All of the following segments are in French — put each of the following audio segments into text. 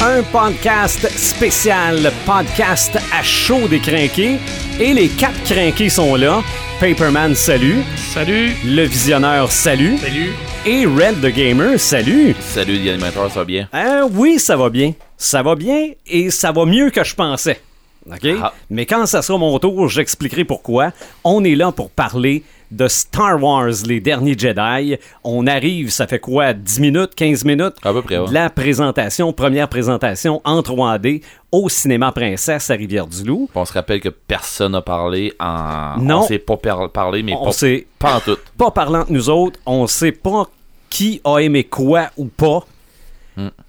un podcast spécial, podcast à chaud des crinqués. Et les quatre crinqués sont là. Paperman, salut. Salut. Le visionneur, salut. Salut. Et Red the Gamer, salut. Salut, les animateurs, ça va bien? Euh, oui, ça va bien. Ça va bien et ça va mieux que je pensais. OK? Ah. Mais quand ça sera mon tour, j'expliquerai pourquoi. On est là pour parler de Star Wars, les derniers Jedi. On arrive, ça fait quoi, 10 minutes, 15 minutes? À peu près, ouais. De La présentation, première présentation en 3D au Cinéma Princesse à Rivière-du-Loup. On se rappelle que personne n'a parlé en. Non. On s'est pas par- parlé, mais On pas, s'est- pas en tout. Pas parlant de nous autres, on sait pas qui a aimé quoi ou pas.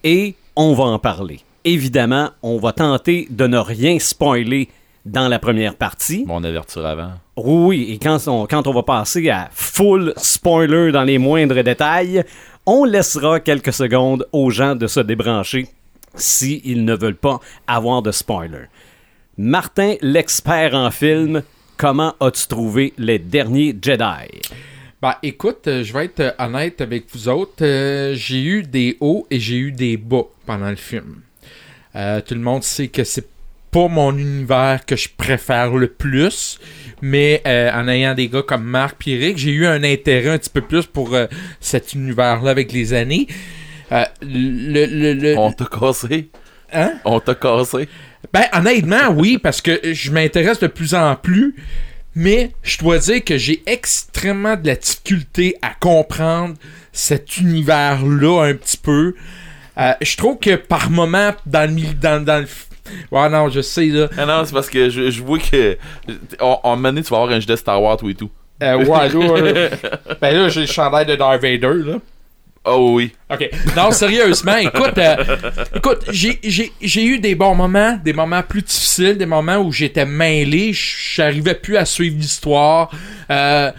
Et on va en parler. Évidemment, on va tenter de ne rien spoiler dans la première partie. Mon avertir avant. Oui, et quand on, quand on va passer à full spoiler dans les moindres détails, on laissera quelques secondes aux gens de se débrancher s'ils ne veulent pas avoir de spoiler. Martin, l'expert en film, comment as-tu trouvé les derniers Jedi? Bah écoute, euh, je vais être euh, honnête avec vous autres. euh, j'ai eu des hauts et j'ai eu des bas pendant le film. Euh, tout le monde sait que c'est pas mon univers que je préfère le plus, mais euh, en ayant des gars comme Marc Pierrick, j'ai eu un intérêt un petit peu plus pour euh, cet univers-là avec les années. Euh, le, le, le- On t'a cassé? Hein? On t'a cassé? Ben, honnêtement, oui, parce que je m'intéresse de plus en plus, mais je dois dire que j'ai extrêmement de la difficulté à comprendre cet univers-là un petit peu. Euh, je trouve que par moment, dans le milieu, dans, dans le. f- Ouais, non, je sais, là. Ah non, c'est parce que je, je vois que. En un moment donné, tu vas avoir un jeu de Star Wars, tout et tout. Euh, ouais, là, euh, ben là, j'ai le chandail de Darth Vader, là. Oh oui. OK. Non, sérieusement, écoute, euh, écoute, j'ai- j'ai j'ai eu des bons moments, des moments plus difficiles, des moments où j'étais mêlé, je- j'arrivais plus à suivre l'histoire. Euh,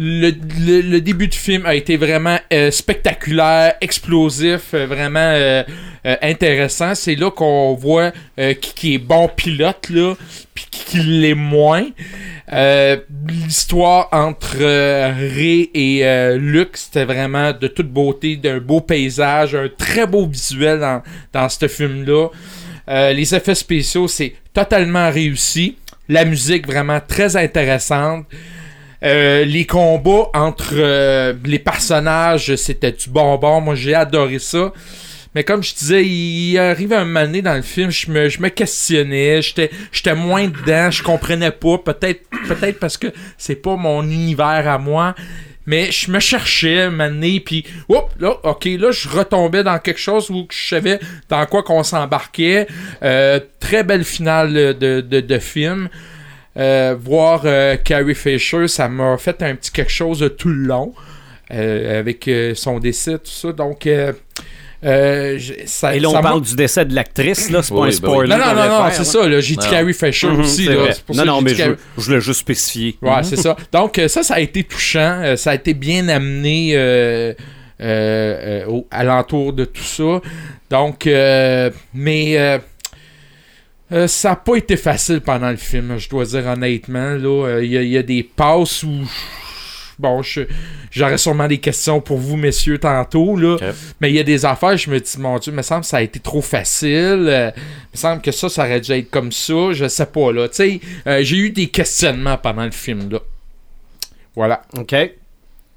le, le- le début du film a été vraiment euh, spectaculaire, explosif, euh, vraiment euh, euh, intéressant. C'est là qu'on voit euh, qui, qui est bon pilote, là, puis qui, qui l'est moins. Euh, L'histoire entre euh, Ray et euh, Luke, c'était vraiment de toute beauté, d'un beau paysage, un très beau visuel dans, dans ce film-là. Euh, les effets spéciaux, c'est totalement réussi. La musique, vraiment très intéressante. Euh, les combats entre euh, les personnages, c'était du bonbon. Moi, j'ai adoré ça. Mais comme je disais, il arrivait un moment donné dans le film, je me, je me questionnais, j'étais, j'étais moins dedans, je comprenais pas, peut-être, peut-être parce que c'est pas mon univers à moi, mais je me cherchais un moment donné, puis oups, là, ok, là, je retombais dans quelque chose où je savais dans quoi qu'on s'embarquait. Euh, très belle finale de, de, de film. Euh, voir euh, Carrie Fisher, ça m'a fait un petit quelque chose de tout le long, euh, avec euh, son décès, tout ça, donc... euh, euh, j- ça, Et là, on ça m'a- parle du décès de l'actrice, là, c'est pas Oui, un ben spoiler. oui. non, non, qu'on non, allait non, faire, c'est là. ça, là. J'ai dit Non. Carrie Fisher Mhm, aussi, c'est là. vrai. C'est pour non, ça que non, j'ai mais dit je, Carrie- je voulais juste spécifier. Mhm. Ouais, c'est ça. Donc, euh, ça, ça a été touchant. euh, ça a été bien amené euh, euh, euh, au, alentour de tout ça. Donc, euh, mais euh, euh, ça n'a pas été facile pendant le film, je dois dire honnêtement. là. Euh, Il y, a- il y a des passes où. Bon, je- j'aurais sûrement des questions pour vous, messieurs, tantôt. Là. Ok. Mais il y a des affaires, je me dis, mon Dieu, me semble que ça a été trop facile. euh, il me semble que ça, ça aurait dû être comme ça. Je sais pas, là. Tu sais, euh, j'ai eu des questionnements pendant le film, là. Voilà. OK.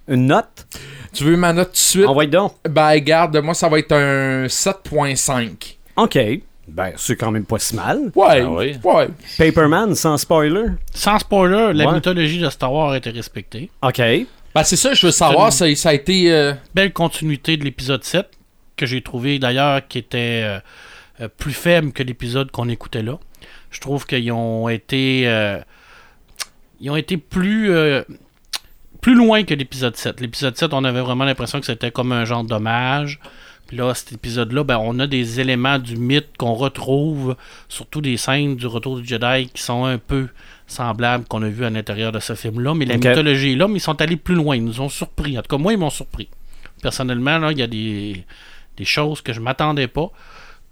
Une note? Tu veux ma note tout de suite? Envoie donc. Ben, garde, moi, ça va être un 7.5. OK. Ben, c'est quand même pas si mal. Ouais, Ah oui? ouais. Paperman, sans spoiler. Sans spoiler, la Ouais. mythologie de Star Wars a été respectée. OK. Ben, c'est ça, je veux savoir, ça, ça a été... euh, Belle continuité de l'épisode 7, que j'ai trouvé d'ailleurs qui était euh, euh, plus faible que l'épisode qu'on écoutait là. Je trouve qu'ils ont été. euh, ils ont été plus. euh, plus loin que l'épisode 7. L'épisode 7, on avait vraiment l'impression que c'était comme un genre d'hommage. Puis là, cet épisode-là, ben, on a des éléments du mythe qu'on retrouve, surtout des scènes du retour du Jedi qui sont un peu semblables qu'on a vu à l'intérieur de ce film-là. Mais la Ok. mythologie est là, mais ils sont allés plus loin. Ils nous ont surpris. En tout cas, moi, ils m'ont surpris. Personnellement, là, il y a des, des choses que je m'attendais pas.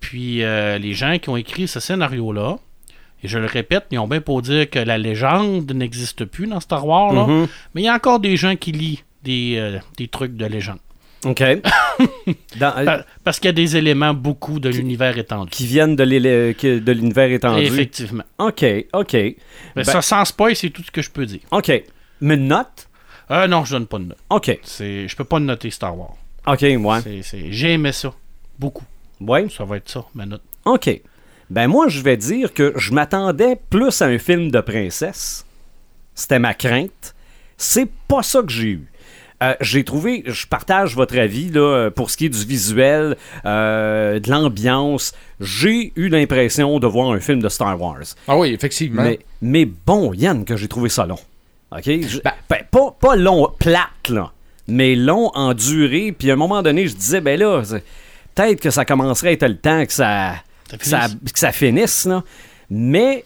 Puis euh, les gens qui ont écrit ce scénario-là, et je le répète, ils ont bien pour dire que la légende n'existe plus dans Star Wars, là, Mhm. mais il y a encore des gens qui lisent des, euh, des trucs de légende. OK. Dans- euh, Pa- Parce qu'il y a des éléments beaucoup de l'univers étendu. qui viennent de l'élé- que- de l'univers étendu. Effectivement. OK, OK, Mais Ben- ça, sans spoil, c'est tout ce que je peux dire. OK. Mais une note? Ah non, je donne pas de note. OK. C'est, je peux pas noter Star Wars. OK, ouais. C'est, c'est- j'ai aimé ça. Beaucoup. Ouais. Ça va être ça, ma note. OK. Ben moi, je vais dire que je m'attendais plus à un film de princesse. C'était ma crainte. C'est pas ça que j'ai eu. Euh, j'ai trouvé, je partage votre avis là, pour ce qui est du visuel, euh, de l'ambiance. J'ai eu l'impression de voir un film de Star Wars. Ah oui, effectivement. Mais, mais bon, Yann, que j'ai trouvé ça long. OK? Je- Ben- ben, pas, pas long, plate, là. Mais long en durée. Puis à un moment donné, je disais, ben là, c'est- peut-être que ça commencerait à être le temps que ça, Ça que ça, que ça finisse, là. Mais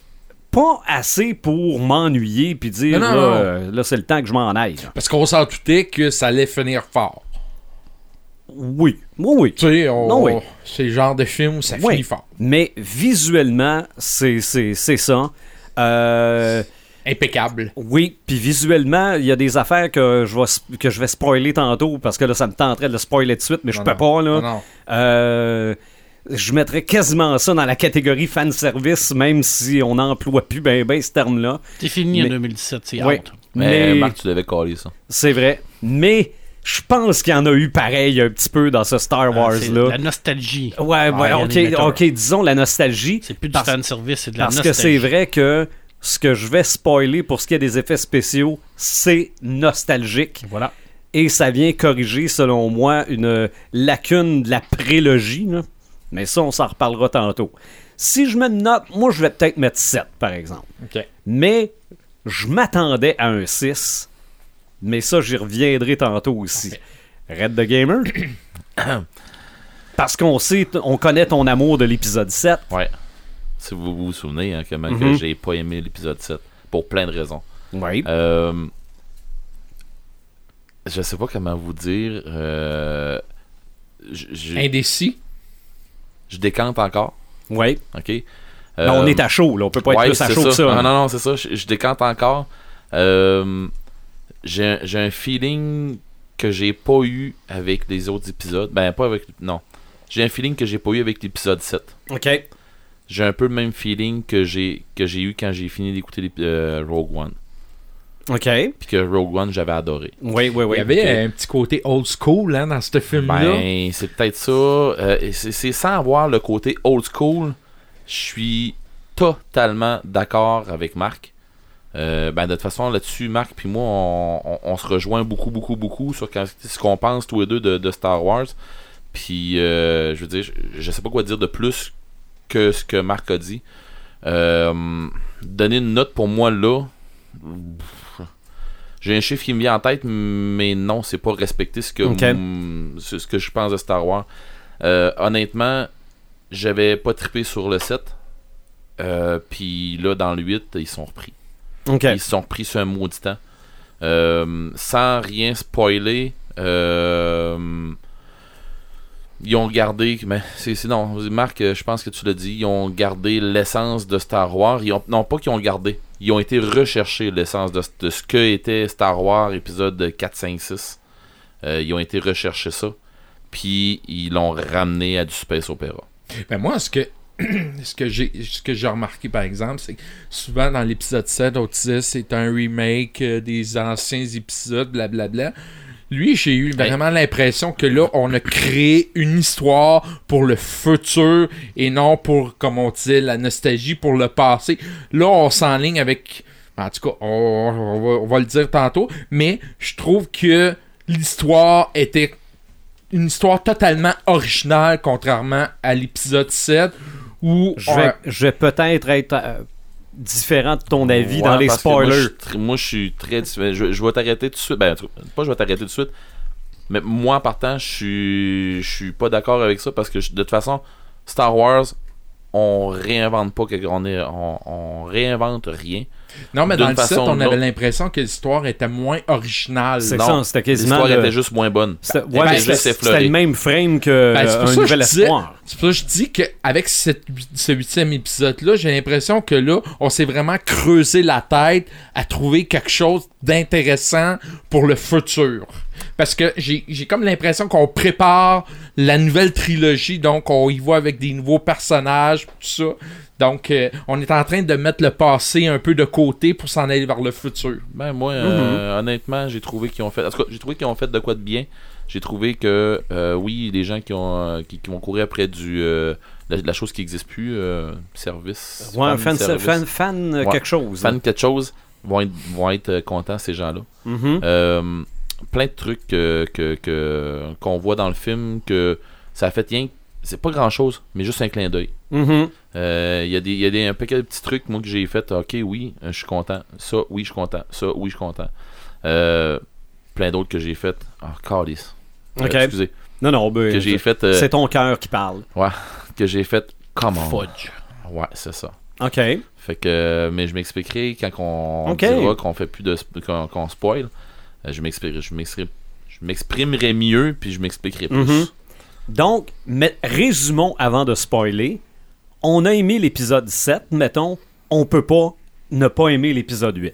pas assez pour m'ennuyer puis dire, Non, là, non, non. euh, là, c'est le temps que je m'en aille. là. Parce qu'on s'en doutait que ça allait finir fort. Oui. Oui, oui. Tu sais, on... Non, oui. c'est le genre de film où ça Ouais. finit fort. Mais visuellement, c'est c'est- c'est ça. Euh. Impeccable. Oui, puis visuellement, il y a des affaires que je vais sp- que je vais spoiler tantôt parce que là ça me tenterait de le spoiler tout de suite, mais je Non, peux non. pas là. Non, non. Euh, je mettrais quasiment ça dans la catégorie fan service même si on n'emploie plus ben ben ce terme là. C'est fini Mais- en 2017, c'est Oui. out. Mais, Mais- Marc, tu devais coller ça. c'est vrai, mais je pense qu'il y en a eu pareil un petit peu dans ce Star Euh, Wars c'est là. La nostalgie. Ouais, ouais, Ah, il y a des OK, OK, disons la nostalgie. C'est plus du Parce- fan service, c'est de la Parce que nostalgie. c'est vrai que ce que je vais spoiler pour ce qui est des effets spéciaux, c'est nostalgique. Voilà. Et ça vient corriger, selon moi, une lacune de la prélogie. là. Mais ça, on s'en reparlera tantôt. Si je mets une note, moi, je vais peut-être mettre 7, par exemple. OK. Mais je m'attendais à un 6. Mais ça, j'y reviendrai tantôt aussi. Red the Gamer. Parce qu'on sait, on connaît ton amour de l'épisode 7. Ouais. Si vous vous souvenez, hein, comment que Mhm. j'ai pas aimé l'épisode 7. Pour plein de raisons. Oui. Euh, je sais pas comment vous dire. euh, je, je, Indécis. je décante encore. Oui. OK? Mais on Euh, est à chaud, là. On peut pas être ouais, plus à c'est chaud que ça. hein. Non, là. non, non, c'est ça. Je, je décante encore. Euh, j'ai un- j'ai un feeling que j'ai pas eu avec les autres épisodes. Ben, pas avec. Non. J'ai un feeling que j'ai pas eu avec l'épisode 7. OK. J'ai un peu le même feeling que j'ai que j'ai eu quand j'ai fini d'écouter l'ép- euh, Rogue One. OK. Puis que Rogue One, j'avais adoré. Oui, oui, oui. Il y avait un petit côté old school hein, dans ce film-là. Ben, c'est peut-être ça. Euh, et c'est c'est sans avoir le côté old school. Je suis totalement d'accord avec Marc. Euh, ben, de toute façon, là-dessus, Marc puis moi, on, on- on se rejoint beaucoup, beaucoup, beaucoup sur quand- ce qu'on pense tous les deux de, de Star Wars. Puis, euh, je veux dire, je, je sais pas quoi dire de plus que ce que Marc a dit. Euh, donner une note pour moi là. pff, J'ai un chiffre qui me vient en tête, mais non, c'est pas respecter ce que, Ok. mm, ce ce que je pense de Star Wars. Euh, honnêtement, j'avais pas trippé sur le 7. Euh, Puis là, dans le 8, ils sont repris. OK. Ils se sont repris sur un maudit temps. Euh, sans rien spoiler, euh, ils ont gardé. Mais c'est, c'est- non, Marc, euh, je pense que tu l'as dit. Ils ont gardé l'essence de Star Wars. Ils ont, non, pas qu'ils ont gardé. Ils ont été recherchés l'essence de, de ce que était Star Wars épisode 4, 5, 6. Euh, ils ont été recherchés ça. Puis ils l'ont ramené à du space opéra. Ben moi, ce que, ce que j'ai ce que j'ai remarqué, par exemple, c'est que souvent dans l'épisode 7, on disait c'est un remake euh, des anciens épisodes, blablabla. Lui, j'ai eu vraiment l'impression que là, on a créé une histoire pour le futur et non pour, comme on disait, la nostalgie pour le passé. Là, on s'enligne avec... ben, En tout cas, on, on va, on va le dire tantôt, mais je trouve que l'histoire était une histoire totalement originale, contrairement à l'épisode 7, où... Je vais, je vais peut-être être euh, différent de ton avis dans Ouais, les parce que moi, je spoilers. suis tr- Moi, je suis très. diffé- Je, je vais t'arrêter tout de suite. Ben, en tout cas, pas je vais t'arrêter tout de suite. Mais moi, en partant, je suis, je suis pas d'accord avec ça parce que je- de toute façon, Star Wars, on réinvente pas quelque- on est, on, on réinvente rien. Non, mais D'une dans le 7, façon ou on d'une avait autre. l'histoire que l'histoire était moins originale. C'est non, ça, c'était quasiment. L'histoire Le, était juste moins bonne. c'était- Elle ouais, était mais juste c'était- effleurée. c'était le même frame que Ben, c'est pour euh, ça un que nouvel je disais- espoir. C'est pour ça que je dis qu'avec cette, hui- ce huitième épisode-là, j'ai l'impression que là, on s'est vraiment creusé la tête à trouver quelque chose d'intéressant pour le futur. parce que j'ai j'ai comme l'impression qu'on prépare la nouvelle trilogie, donc on y voit avec des nouveaux personnages, tout ça. Donc, euh, on est en train de mettre le passé un peu de côté pour s'en aller vers le futur. Ben moi, Mhm. euh, honnêtement, j'ai trouvé qu'ils ont fait. En tout cas, j'ai trouvé qu'ils ont fait de quoi de bien. J'ai trouvé que euh, oui, les gens qui ont euh, qui, qui vont courir après du euh, la, la chose qui n'existe plus, euh, service. Ouais, fan, fan, service, fan, euh, Ouais. quelque chose. fan quelque chose, vont être, vont être euh, contents ces gens-là. Mhm. Euh, plein de trucs que, que- que- qu'on voit dans le film que ça a fait rien. C'est pas grand chose, mais juste un clin d'œil. Mhm. Euh, Il y a, des, il y a des, un paquet de petits trucs moi que j'ai fait. Ok, oui, euh, je suis content. Ça, oui, je suis content. Ça, oui, je suis content. Euh, plein d'autres que j'ai fait. Ah, calice. Euh, Ok. excusez. Non, non, ben, Que j'ai fait. euh, c'est ton cœur qui parle. que j'ai fait. Comment Fudge. Ouais, c'est ça. OK. Fait que, euh, mais je m'expliquerai quand on, on Ok. dira qu'on fait plus de sp- qu'on qu'on spoil. Euh, Je m'expliquerai, je m'exprimerai, je m'exprimerai mieux puis je m'expliquerai plus. Mhm. Donc, mais, résumons avant de spoiler. On a aimé l'épisode 7, mettons. On peut pas ne pas aimer l'épisode 8.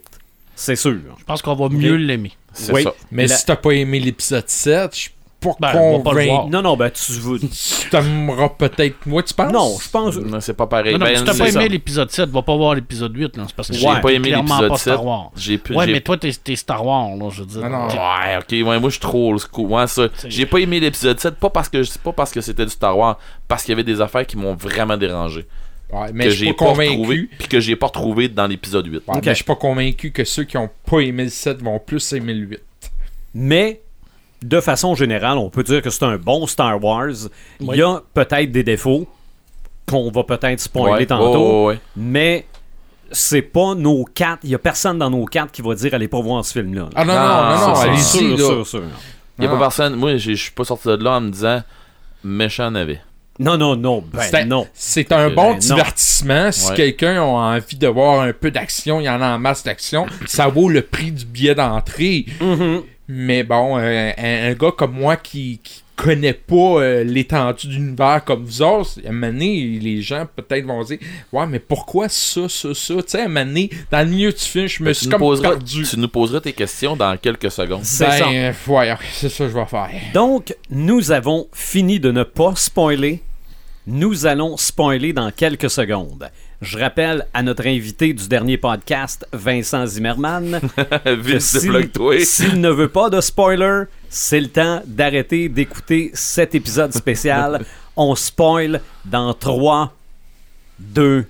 C'est sûr. hein. Je pense qu'on va mieux l'aimer. C'est Oui. ça. Mais La- si t'as pas aimé l'épisode 7, je suis pas Ben, on va pas le convaincu. voir. Non, non, ben tu veux. Tu t'aimeras peut-être. Moi, tu penses? Non, je pense. Non, C'est pas pareil. Non, non, Ben, si t'as c'est pas ça. aimé l'épisode 7, va pas voir l'épisode 8, là. C'est parce que J'ai c'est pas aimé clairement l'épisode pas 7. Star Wars. J'ai pu- Ouais, j'ai- mais toi, t'es t'es Star Wars, là, je veux dire. Non, non. T'es- Ah, Ouais, ok, ouais, moi je suis trop old school. Ouais, ça. C'est- J'ai pas aimé l'épisode 7, pas parce que c'est pas parce que c'était du Star Wars, parce qu'il y avait des affaires qui m'ont vraiment dérangé. Ouais, que mais je suis j'ai pas pas retrouvé, convaincu. puis que j'ai pas retrouvé dans l'épisode 8. Ouais, Ok. mais je suis pas convaincu que ceux qui ont pas aimé le 7 vont plus aimer le 8. Mais de façon générale, on peut dire que c'est un bon Star Wars. Il y a peut-être des défauts qu'on va peut-être spoiler Ouais, tantôt, Oh, ouais, ouais, ouais. mais c'est pas nos quatre. Il y a personne dans nos quatre qui va dire allez pas voir ce film-là. Ah non, non, Ah, non, non, ça, c'est sûr, allez-y, là. sûr, sûr. Y a Ah. pas personne. Moi, j'ai- je suis pas sorti de là en me disant méchant navet. Non, non, non, ben C'est- non. C'est un Ben, bon non. divertissement. Si Ouais. quelqu'un a envie de voir un peu d'action, il y en a en masse d'action, ça vaut le prix du billet d'entrée. Mm-hmm. Mais bon, euh, un, un gars comme moi qui, qui connaît pas euh, l'étendue d'univers comme vous autres, à un moment donné, les gens peut-être vont dire Ouais, mais pourquoi ça, ça, ça Tu sais, à un moment donné, dans le milieu du film, je me Ben, tu, suis nous comme poseras, perdu. tu nous poseras tes questions dans quelques secondes. C'est Ben, ça. euh, ouais, ok, c'est ça que je vais faire. Donc, nous avons fini de ne pas spoiler. Nous allons spoiler dans quelques secondes. Je rappelle à notre invité du dernier podcast, Vincent Zimmerman, que Vite, si- débloque-toi. S'il ne veut pas de spoiler, c'est le temps d'arrêter d'écouter cet épisode spécial. On spoil dans 3, 2,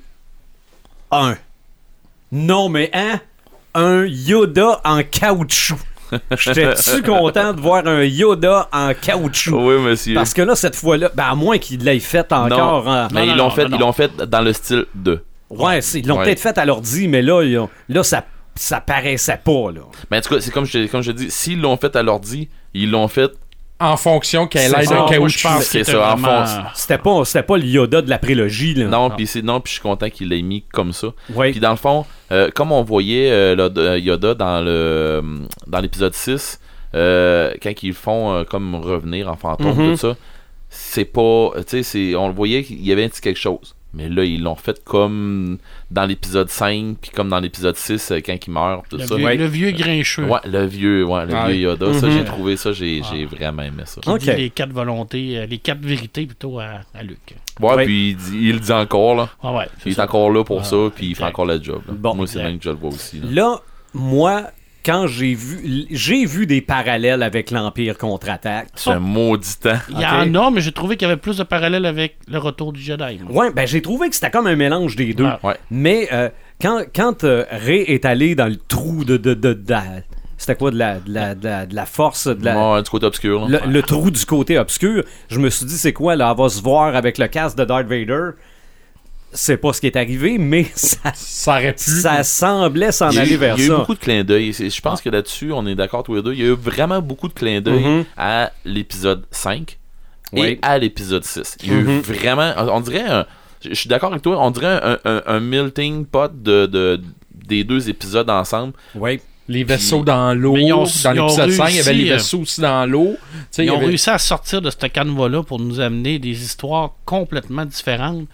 1. Non, mais hein? Un Yoda en caoutchouc. J'étais-tu content de voir un Yoda en caoutchouc? Oui, monsieur. Parce que là, cette fois-là, ben, à moins qu'il l'ait fait encore. hein. en- Mais Oh, Non, non, ils l'ont non, fait, non, ils l'ont fait dans le style 2. Ouais, c'est- ils l'ont Ouais. peut-être fait à l'ordi, mais là, ils ont- là ça, ça paraissait pas. Là. Mais en tout cas, c'est comme je, comme je dis, s'ils l'ont fait à l'ordi, ils l'ont fait. En fonction qu'elle C'est aille ça, d'un moi, caoutchouc. pense qu'il C'est était ça, en vraiment- fond. C'était pas, c'était pas le Yoda de la prélogie. Là. Non, puis c'est non, puis je suis content qu'il l'ait mis comme ça. Ouais. Puis dans le fond, euh, comme on voyait euh, le- de- Yoda dans le euh, dans l'épisode 6, euh, quand ils font euh, comme revenir en fantôme, Mhm. tout ça, c'est pas. euh, Tu sais, c'est- on le voyait qu'il y avait un petit quelque chose. Mais là, ils l'ont fait comme dans l'épisode 5, puis comme dans l'épisode 6, euh, quand il meurt, tout Le ça. vieux, Ouais. le vieux grincheux Ouais, le vieux, ouais, le Ah vieux oui. Yoda, ça Mhm. j'ai trouvé ça, j'ai j'ai vraiment aimé ça. qui Ok. dit les quatre volontés, euh, les quatre vérités plutôt à, à Luc. Ouais, Ouais. puis il, dit- il le dit encore là. Ah ouais, c'est Il est ça. encore là pour ça, Ah, puis il fait exact. encore le job. là. Bon, Moi, c'est exact. même que je le vois aussi. là. Là, moi, quand j'ai vu, j'ai vu des parallèles avec l'Empire contre-attaque. Ce maudit temps. Il y en a, mais j'ai trouvé qu'il y avait plus de parallèles avec le retour du Jedi. moi. Ouais, ben j'ai trouvé que c'était comme un mélange des deux. Ouais. Ouais. Mais euh, quand, quand euh, Rey est allé dans le trou de, de, de, de la- c'était quoi de la, de la, de la- de la force, de la- Ouais, du côté obscur. le, là. le trou du côté obscur, je me suis dit c'est quoi là, elle va se voir avec le casque de Darth Vader. C'est pas ce qui est arrivé, mais ça, Ça aurait pu. ça semblait s'en Il y a eu- aller vers Il y a eu ça. beaucoup de clins d'œil. C'est- Je Ah. pense que là-dessus, on est d'accord tous les deux. Il y a eu vraiment beaucoup de clins d'œil Mm-hmm. à l'épisode 5 et Oui. à l'épisode 6. Il y a eu Mm-hmm. vraiment. on- On dirait un. Je je suis d'accord avec toi, on dirait un, un- un melting pot de, de- des deux épisodes ensemble. Ouais. Les vaisseaux dans l'eau. Mais ils ont- Dans ils ont l'épisode 5, il y avait réussi, les euh, vaisseaux aussi dans l'eau. Tu sais, il y Ils ont avait- réussi à sortir de ce canevas-là pour nous amener des histoires complètement différentes.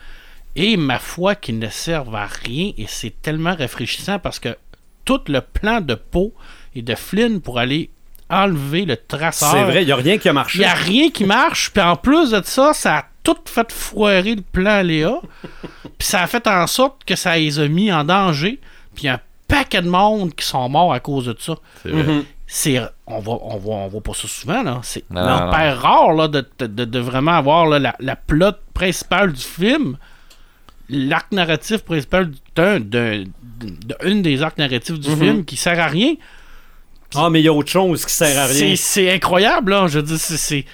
Et ma foi, qui ne servent à rien. Et c'est tellement rafraîchissant parce que tout le plan de Poe et de Flynn pour aller enlevé le traceur. C'est vrai, il n'y a rien qui a Il n'y marché. a rien qui marche. Puis en plus de ça, ça a tout fait foirer le plan à Léa. Puis ça a fait en sorte que ça les a mis en danger. Puis il y a un paquet de monde qui sont morts à cause de ça. C'est vrai. C'est, on voit, on voit, on voit pas ça souvent là. C'est Non, non, hyper rare là, de, de- de- de vraiment avoir là, la, la plot principale du film, l'arc narratif principal d'un, d'un- d'une des arcs narratifs Mhm. du film qui sert à rien. Ah, mais il y a autre chose qui sert à rien. C'est- C'est incroyable, là. Je veux dire, c'est- c'est.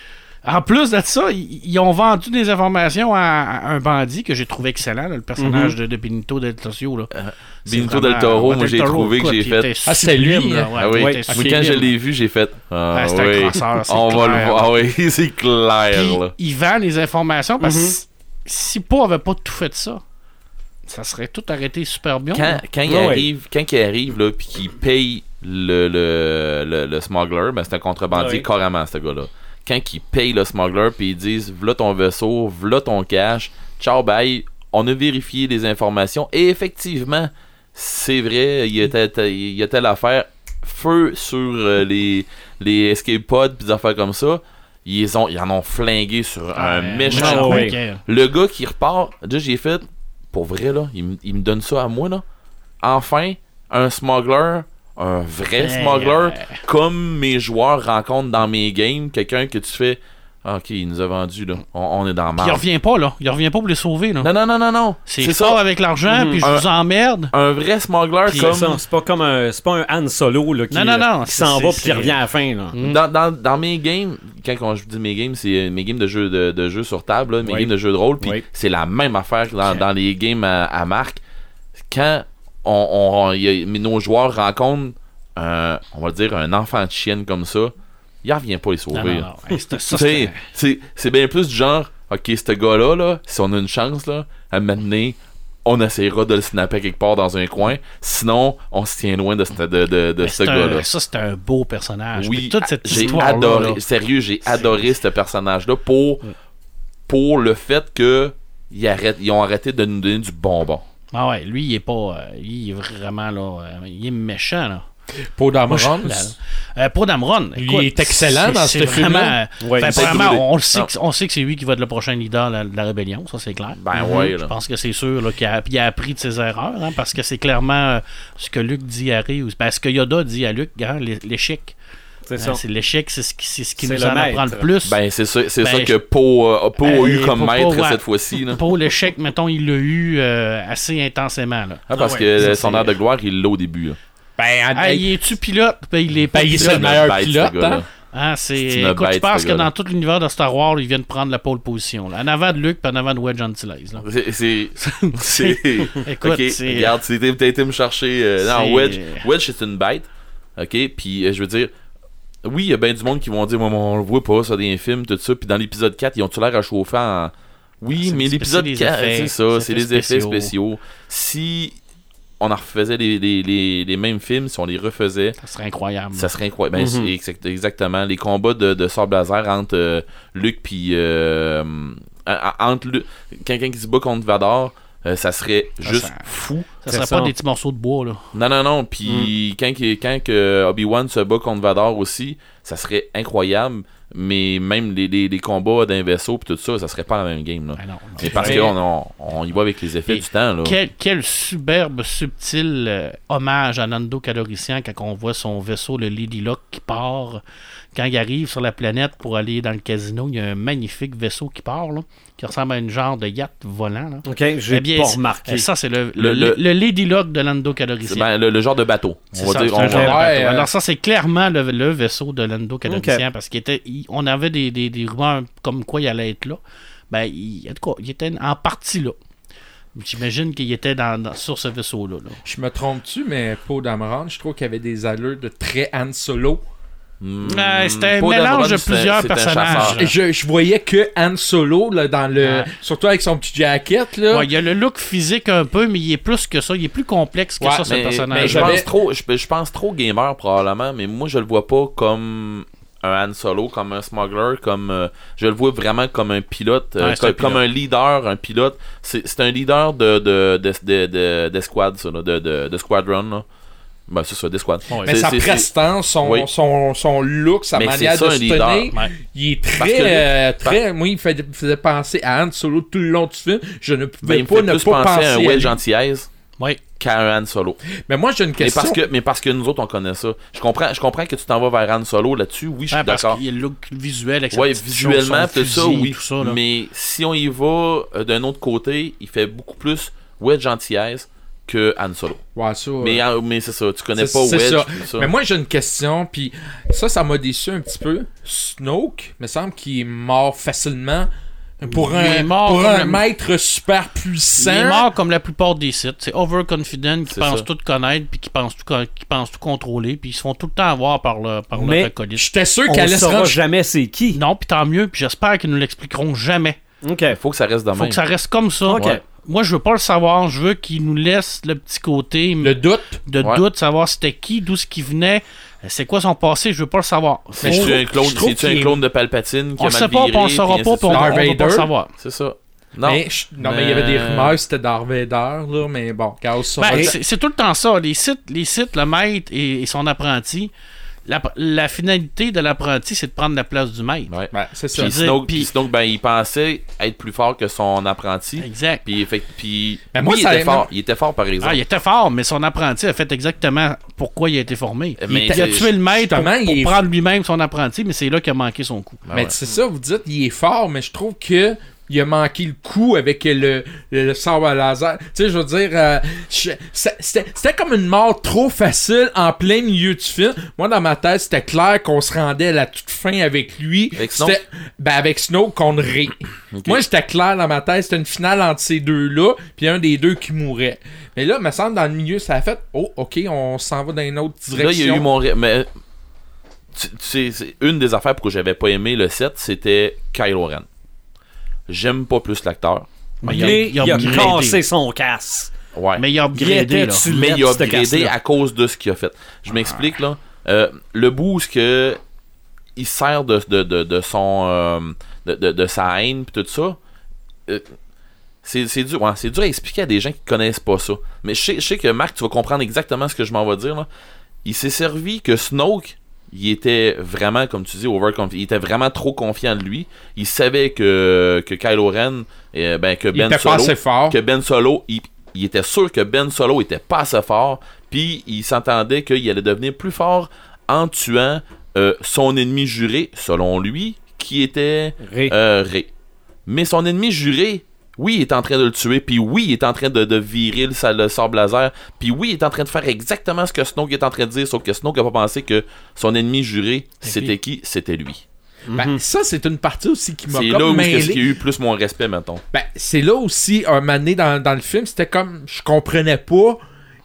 En plus de ça, ils ils ont vendu des informations à, à un bandit que j'ai trouvé excellent, là, le personnage de, de Benito del Toro. là. C'est Mhm. Euh, Benito vraiment- del Toro, ouais, moi, j'ai Del Toro, trouvé que écoute, j'ai il fait- était Ah, c'est lui, sublime, là, hein? ouais, Ah il oui, était moi, quand sublime. je l'ai vu, j'ai fait. Ah, Ah, c'est un oui. crosseur, c'est On va le clair. voir. Ah oui, c'est clair, Puis, là. il vend les informations parce que Mhm. si- si Poe avait pas tout fait ça, ça serait tout arrêté super bien. Quand, là. quand il Ouais. arrive, quand il arrive, là, puis qu'il paye le, le, le, le smuggler, ben, c'est un contrebandier Ouais. carrément, ce gars-là. Quand il paye le smuggler, puis ils disent V'là ton vaisseau, v'là ton cash, ciao, bye, on a vérifié les informations, et effectivement, c'est vrai, il y a telle, il y a telle affaire, feu sur euh, les, les escape pods, puis des affaires comme ça. Ils, ont, ils en ont flingué sur un Ouais, méchant ouais, coup. Ah, ouais, ouais. le gars qui repart, déjà j'ai fait, pour vrai là, il, me- il me donne ça à moi là. Enfin, un smuggler, un vrai Hey, smuggler, euh. comme mes joueurs rencontrent dans mes games, quelqu'un que tu fais, Ah, ok, il nous a vendu là, on, on est dans Puis Il marre. revient pas, là. Il revient pas pour les sauver, là. Non, non, non, non, non. C'est fort avec l'argent, puis je Un- vous emmerde. Un vrai smuggler C'est comme ça, c'est pas comme un, c'est pas un Han Solo là, qui, Non, non, non, qui c'est- s'en c'est- va puis qui c'est- revient à la fin. Là. Mm. Dans, dans, dans mes games, quand on- je dis mes games, c'est euh, mes games de jeux de, de jeux sur table, là, mes Oui. games de jeux de rôle, puis Oui. c'est la même affaire que dans, dans les games à, à marque. Quand on, on- on- y a- mais nos joueurs rencontrent, un- on va dire, un enfant de chienne comme ça, il revient pas les Non, sauver. non, là. non. Hey, c'était ça, Tu sais, c'était- C'est c'est bien plus du genre, ok, ce gars-là, là, si on a une chance, là, à mener, on essayera de le snapper quelque part dans un coin, sinon on se tient loin de, ce- de, de, de mais ce c'est un- gars-là. Ça, c'était un beau personnage. Puis Oui, Ah, toute cette j'ai histoire-là. adoré. là. Sérieux, j'ai adoré ce personnage-là pour, pour le fait que ils, arrêtent- ils ont arrêté de nous donner du bonbon. Ah ouais, lui, il est pas. euh, lui, il est vraiment, là. euh, il est méchant, là. Pour Moi, je- Dameron. là, là. Euh, pour Damron. Il écoute, est excellent c'est- dans c'est ce vraiment, film-là. euh, Ouais, ben, il s'est apparemment, brûlé. on, le sait Non. que- on sait que c'est lui qui va être le prochain leader de la, de la rébellion, ça c'est clair. Mhm. Ben ouais, Je là. pense que c'est sûr là, qu'il a, il a appris de ses erreurs, hein, parce que c'est clairement euh, ce que Luc dit à Ray, ou ben, ce que Yoda dit à Luc, hein, l'é- l'échec. C'est Hein, ça. C'est l'échec, c'est ce qui, c'est ce qui C'est nous le en apprend le maître. plus. Ben, c'est ça, c'est Ben, ça je- que Poe euh, Poe a eu Hey, comme faut pas, maître ouais. cette fois-ci. là. Pour l'échec, mettons, il l'a eu euh, assez intensément. Là. Ah, parce Ah ouais, que ça, euh, c'est- son air de gloire, il l'a au début. là. Ben, Ah, il est-tu pilote? Ben, il est pas Ben, il est pilote. C'est le meilleur bête, ce pilote, gars-là. hein. Ah, C'est c'est. une Écoute, je bête, pense ce que gars-là. dans tout l'univers de Star Wars, ils viennent prendre la pole position. là. En avant de Luke, puis en avant de Wedge Antilles. là. C'est- C'est. c'est- Écoute, Ok, c'est. euh, regarde, tu t'as été me chercher. euh, C'est- non, Wedge, Wedge, c'est une bête. Ok, puis euh, je veux dire, oui, il y a bien du monde qui vont dire, ouais, mais on le voit pas, ça, dans les films, tout ça. Puis dans l'épisode 4, ils ont-tu l'air à chauffer en. Oui, Ah, C'est- mais c'est- l'épisode c'est les 4, effets, c'est ça, les c'est les effets effets spéciaux. spéciaux. Si on en refaisait les, les, les, les mêmes films, si on les refaisait, Ça serait incroyable. ça serait incroyable. Ben, Mhm. c'est exact- exactement. Les combats de, de sable laser entre euh, Luke puis euh, hum, a- a- entre Lu- quelqu'un qui se bat contre Vador, euh, ça serait juste ça- fou. Ça c'est serait ça. pas des petits morceaux de bois, là. Non non non. Mhm. Puis quand qu'il- quand que euh, Obi-Wan se bat contre Vador aussi, ça serait incroyable. Mais même les, les, les combats d'un vaisseau puis tout ça, ça serait pas la même game là. Ah non, non. Mais parce Ouais. qu'on on, on y va avec les effets Et du temps là. Quel, quel superbe, subtil euh, hommage à Nando Caloricien quand on voit son vaisseau, le Lady Luck, qui part. Quand il arrive sur la planète pour aller dans le casino, il y a un magnifique vaisseau qui part, là, qui ressemble à une genre de yacht volant. Là. Ok, j'ai Eh bien, pas c'est- remarqué. eh, Ça, c'est le, Le- le, le- le Lady Luck de Lando C'est- Caloricien. ben, le, le genre de bateau. C'est On va ça, dire. c'est un on- genre Ouais, de bateau. euh, Alors ça, c'est clairement le, le vaisseau de Lando Calrissian parce qu'il était, il- on avait des, des, des rumeurs comme quoi il allait être là. Ben, il, en tout cas, il était en partie là. J'imagine qu'il était dans, dans- sur ce vaisseau-là. là. Je me trompe-tu, mais Paul Dameron, je trouve qu'il avait des allures de très Han Solo. Hmm, Ouais, c'était un Poe mélange Dameron, de c'est un- plusieurs c'est un personnages. chasseur. Et Je, je voyais que Han Solo là, dans le. Ouais. Surtout avec son petit jacket là. Ouais, il a le look physique un peu, mais il est plus que ça. Il est plus complexe que Ouais, ça, ce mais, mais personnage. je j'avais- pense trop je, je pense trop gamer probablement mais moi je le vois pas comme un Han Solo comme un smuggler comme euh, je le vois vraiment comme un pilote euh, Ouais, c'est co- un comme, pilote. un leader un pilote c'est c'est un leader de de de de, de- de- d'escouade, ça, là, de, de- de squadron là. Ben, c'est ça, des squads. Ouais. Mais C'est- sa c'est- c'est- prestance, son, Oui. son, son look, sa Mais manière c'est ça, de un se leader. tenir, Ouais. il est Parce très. que- euh, très moi, il fait- me faisait penser à Han Solo tout le long du film. Je ne Ben, pouvais il me pas fait ne plus pas penser penser. à à un Will lui. Gentiles Ouais. qu'à un Han Solo. Mais moi, j'ai une Mais question. parce, que, mais parce que nous autres, on connaît ça. Je comprends, je comprends que tu t'en vas vers Han Solo là-dessus. Oui, je suis Hein, parce d'accord. qu'il y a le look visuel avec sa Ouais, petite visuellement, chose, son tout ça, fusil, oui. tout ça, là. mais si on y va euh, d'un autre côté, il fait beaucoup plus Wedge Antilles que Han Solo. Ouais, ça, euh, Mais, euh, mais c'est ça, tu connais C'est- pas c'est Wedge. ça. tout ça. Mais moi, j'ai une question, puis ça, ça m'a déçu un petit peu. Snoke, me semble qu'il est mort facilement pour Il un, est mort pour comme un le- maître super Il puissant. est mort comme la plupart des sites. C'est overconfident, qui C'est pensent ça. tout connaître, puis qui pensent tout, con- qui pensent tout contrôler, puis ils se font tout le temps avoir par, le, par Mais- notre acolyte. J'étais sûr On qu'elle allait se saura rendre- jamais c'est qui. Non, puis tant mieux, puis j'espère qu'ils nous l'expliqueront jamais. OK. Faut que ça reste dans Faut que ça reste comme ça. Ok. Ouais. Moi, je veux pas le savoir. Je veux qu'ils nous laissent le petit côté le doute. de Ouais. doute, savoir c'était qui, d'où ce qui venait, euh, c'est quoi son passé. Je veux pas le savoir. Mais c'est je trouve- un clone, je trouve c'est qu'il est- un clone de Palpatine qui On a mal le sait pas, viré, puis on le saura puis pas, ainsi puis de suite. on, on Darth va pas le Vader. savoir. C'est ça. Non. Mais je- non, mais il y Mais- avait des rumeurs, c'était Darth Vader, là, mais bon, regarde, ça Euh. Ben, va- c'est c'est tout le temps ça. Les sites, les sites le maître et, et son apprenti, la, la finalité de l'apprenti, c'est de prendre la place du maître. Ouais. Ouais, c'est ça. Je Puis veux dire, Snoke, puis- puis Snoke, ben, il pensait être plus fort que son apprenti. Exact. Puis, fait, puis Ben, moi, oui, il ça- était fort. Il était fort, par Ah, exemple. il était fort, mais son apprenti a fait exactement pourquoi il a été formé. Euh, Il, mais était- il a c'est- tué le maître pour, justement, il pour est- prendre lui-même son apprenti, mais c'est là qu'il a manqué son coup. Ben mais ouais. c'est ça, vous dites, il est fort, mais je trouve que il a manqué le coup avec le, le, le sabre à laser. Tu sais, je veux dire, euh, je- c'est- c'était c'était comme une mort trop facile en plein milieu du film. Moi, dans ma tête, c'était clair qu'on se rendait à la toute fin avec lui. Avec C'était- Snoke? Ben, avec Snow qu'on rit. Moi, j'étais clair dans ma tête, c'était une finale entre ces deux-là, puis un des deux qui mourait. Mais là, me semble, dans le milieu, ça a fait, oh, ok, on s'en va dans une autre direction. Là, il y a eu mon. ré- Mais, tu, tu sais, c'est une des affaires pour que j'avais pas aimé le set, c'était Kylo Ren. J'aime pas plus l'acteur. Mais Il, a, upgradé. cassé son casse. Ouais. Mais il a Il upgradé, était là. dessus. mais Lettre, il a cette upgradé casse-là. à cause de ce qu'il a fait. Je m'explique là. Euh, le bout où ce que il sert de, de, de, de son euh, de, de, de sa haine pis tout ça. euh, c'est c'est dur, ouais, c'est dur à expliquer à des gens qui connaissent pas ça. Mais je sais, je sais que Marc, tu vas comprendre exactement ce que je m'en vais dire là. Il s'est servi que Snoke, il était vraiment, comme tu dis, overconfi- il était vraiment trop confiant de lui. Il savait que, que Kylo Ren, euh, ben que Il Ben était pas Solo, assez fort. que Ben Solo, il, il était sûr que Ben Solo était pas assez fort, puis il s'entendait qu'il allait devenir plus fort en tuant euh, son ennemi juré, selon lui, qui était Ré. euh, Rey. Mais son ennemi juré, oui, il est en train de le tuer, puis oui, il est en train de, de virer le, sa- le sable laser, puis oui, il est en train de faire exactement ce que Snoke est en train de dire, sauf que Snoke n'a pas pensé que son ennemi juré, c'était qui C'était lui. Ben, ça, c'est une partie aussi qui m'a Mhm. C'est comme là où mêlé. est-ce qu'il y a eu plus mon respect, mettons. Ben, c'est là aussi, un moment donné dans, dans le film, c'était comme, je comprenais pas,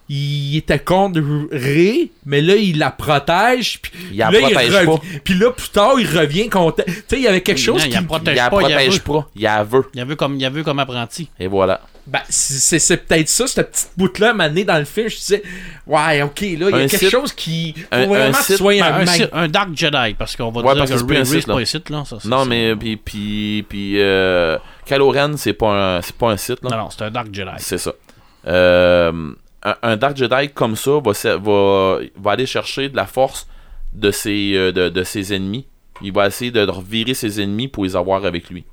il était contre Ré, mais là, il la protège, puis Il là, la protège rev- pas. Puis là, plus tard, il revient contre... Tu sais, il y avait quelque chose Non, il qui... la protège il la pas, il la protège veut. pas, il la veut. Il a vu comme, il a vu comme apprenti. Et voilà. Ben, c'est c'est peut-être ça, cette petite bout-là, un moment donné dans le film, je disais, ouais, ok, là, il y a Un quelque Sith. chose qui... Faut Un- vraiment un que tu Sith. sois Ben, un, un, mag- si- un Dark Jedi, parce qu'on va Ouais, dire parce que que c'est plus Ray un Ray, Sith, c'est pas là. un site, là. ça, c'est- Non, c'est- mais puis puis puis euh, Kylo Ren, c'est pas un c'est pas un site là. Non, non, c'est un Dark Jedi. C'est ça. Euh, un, un Dark Jedi comme ça va, se- va, va aller chercher de la force de ses, euh, de, de ses ennemis. Il va essayer de revirer ses ennemis pour les avoir avec lui.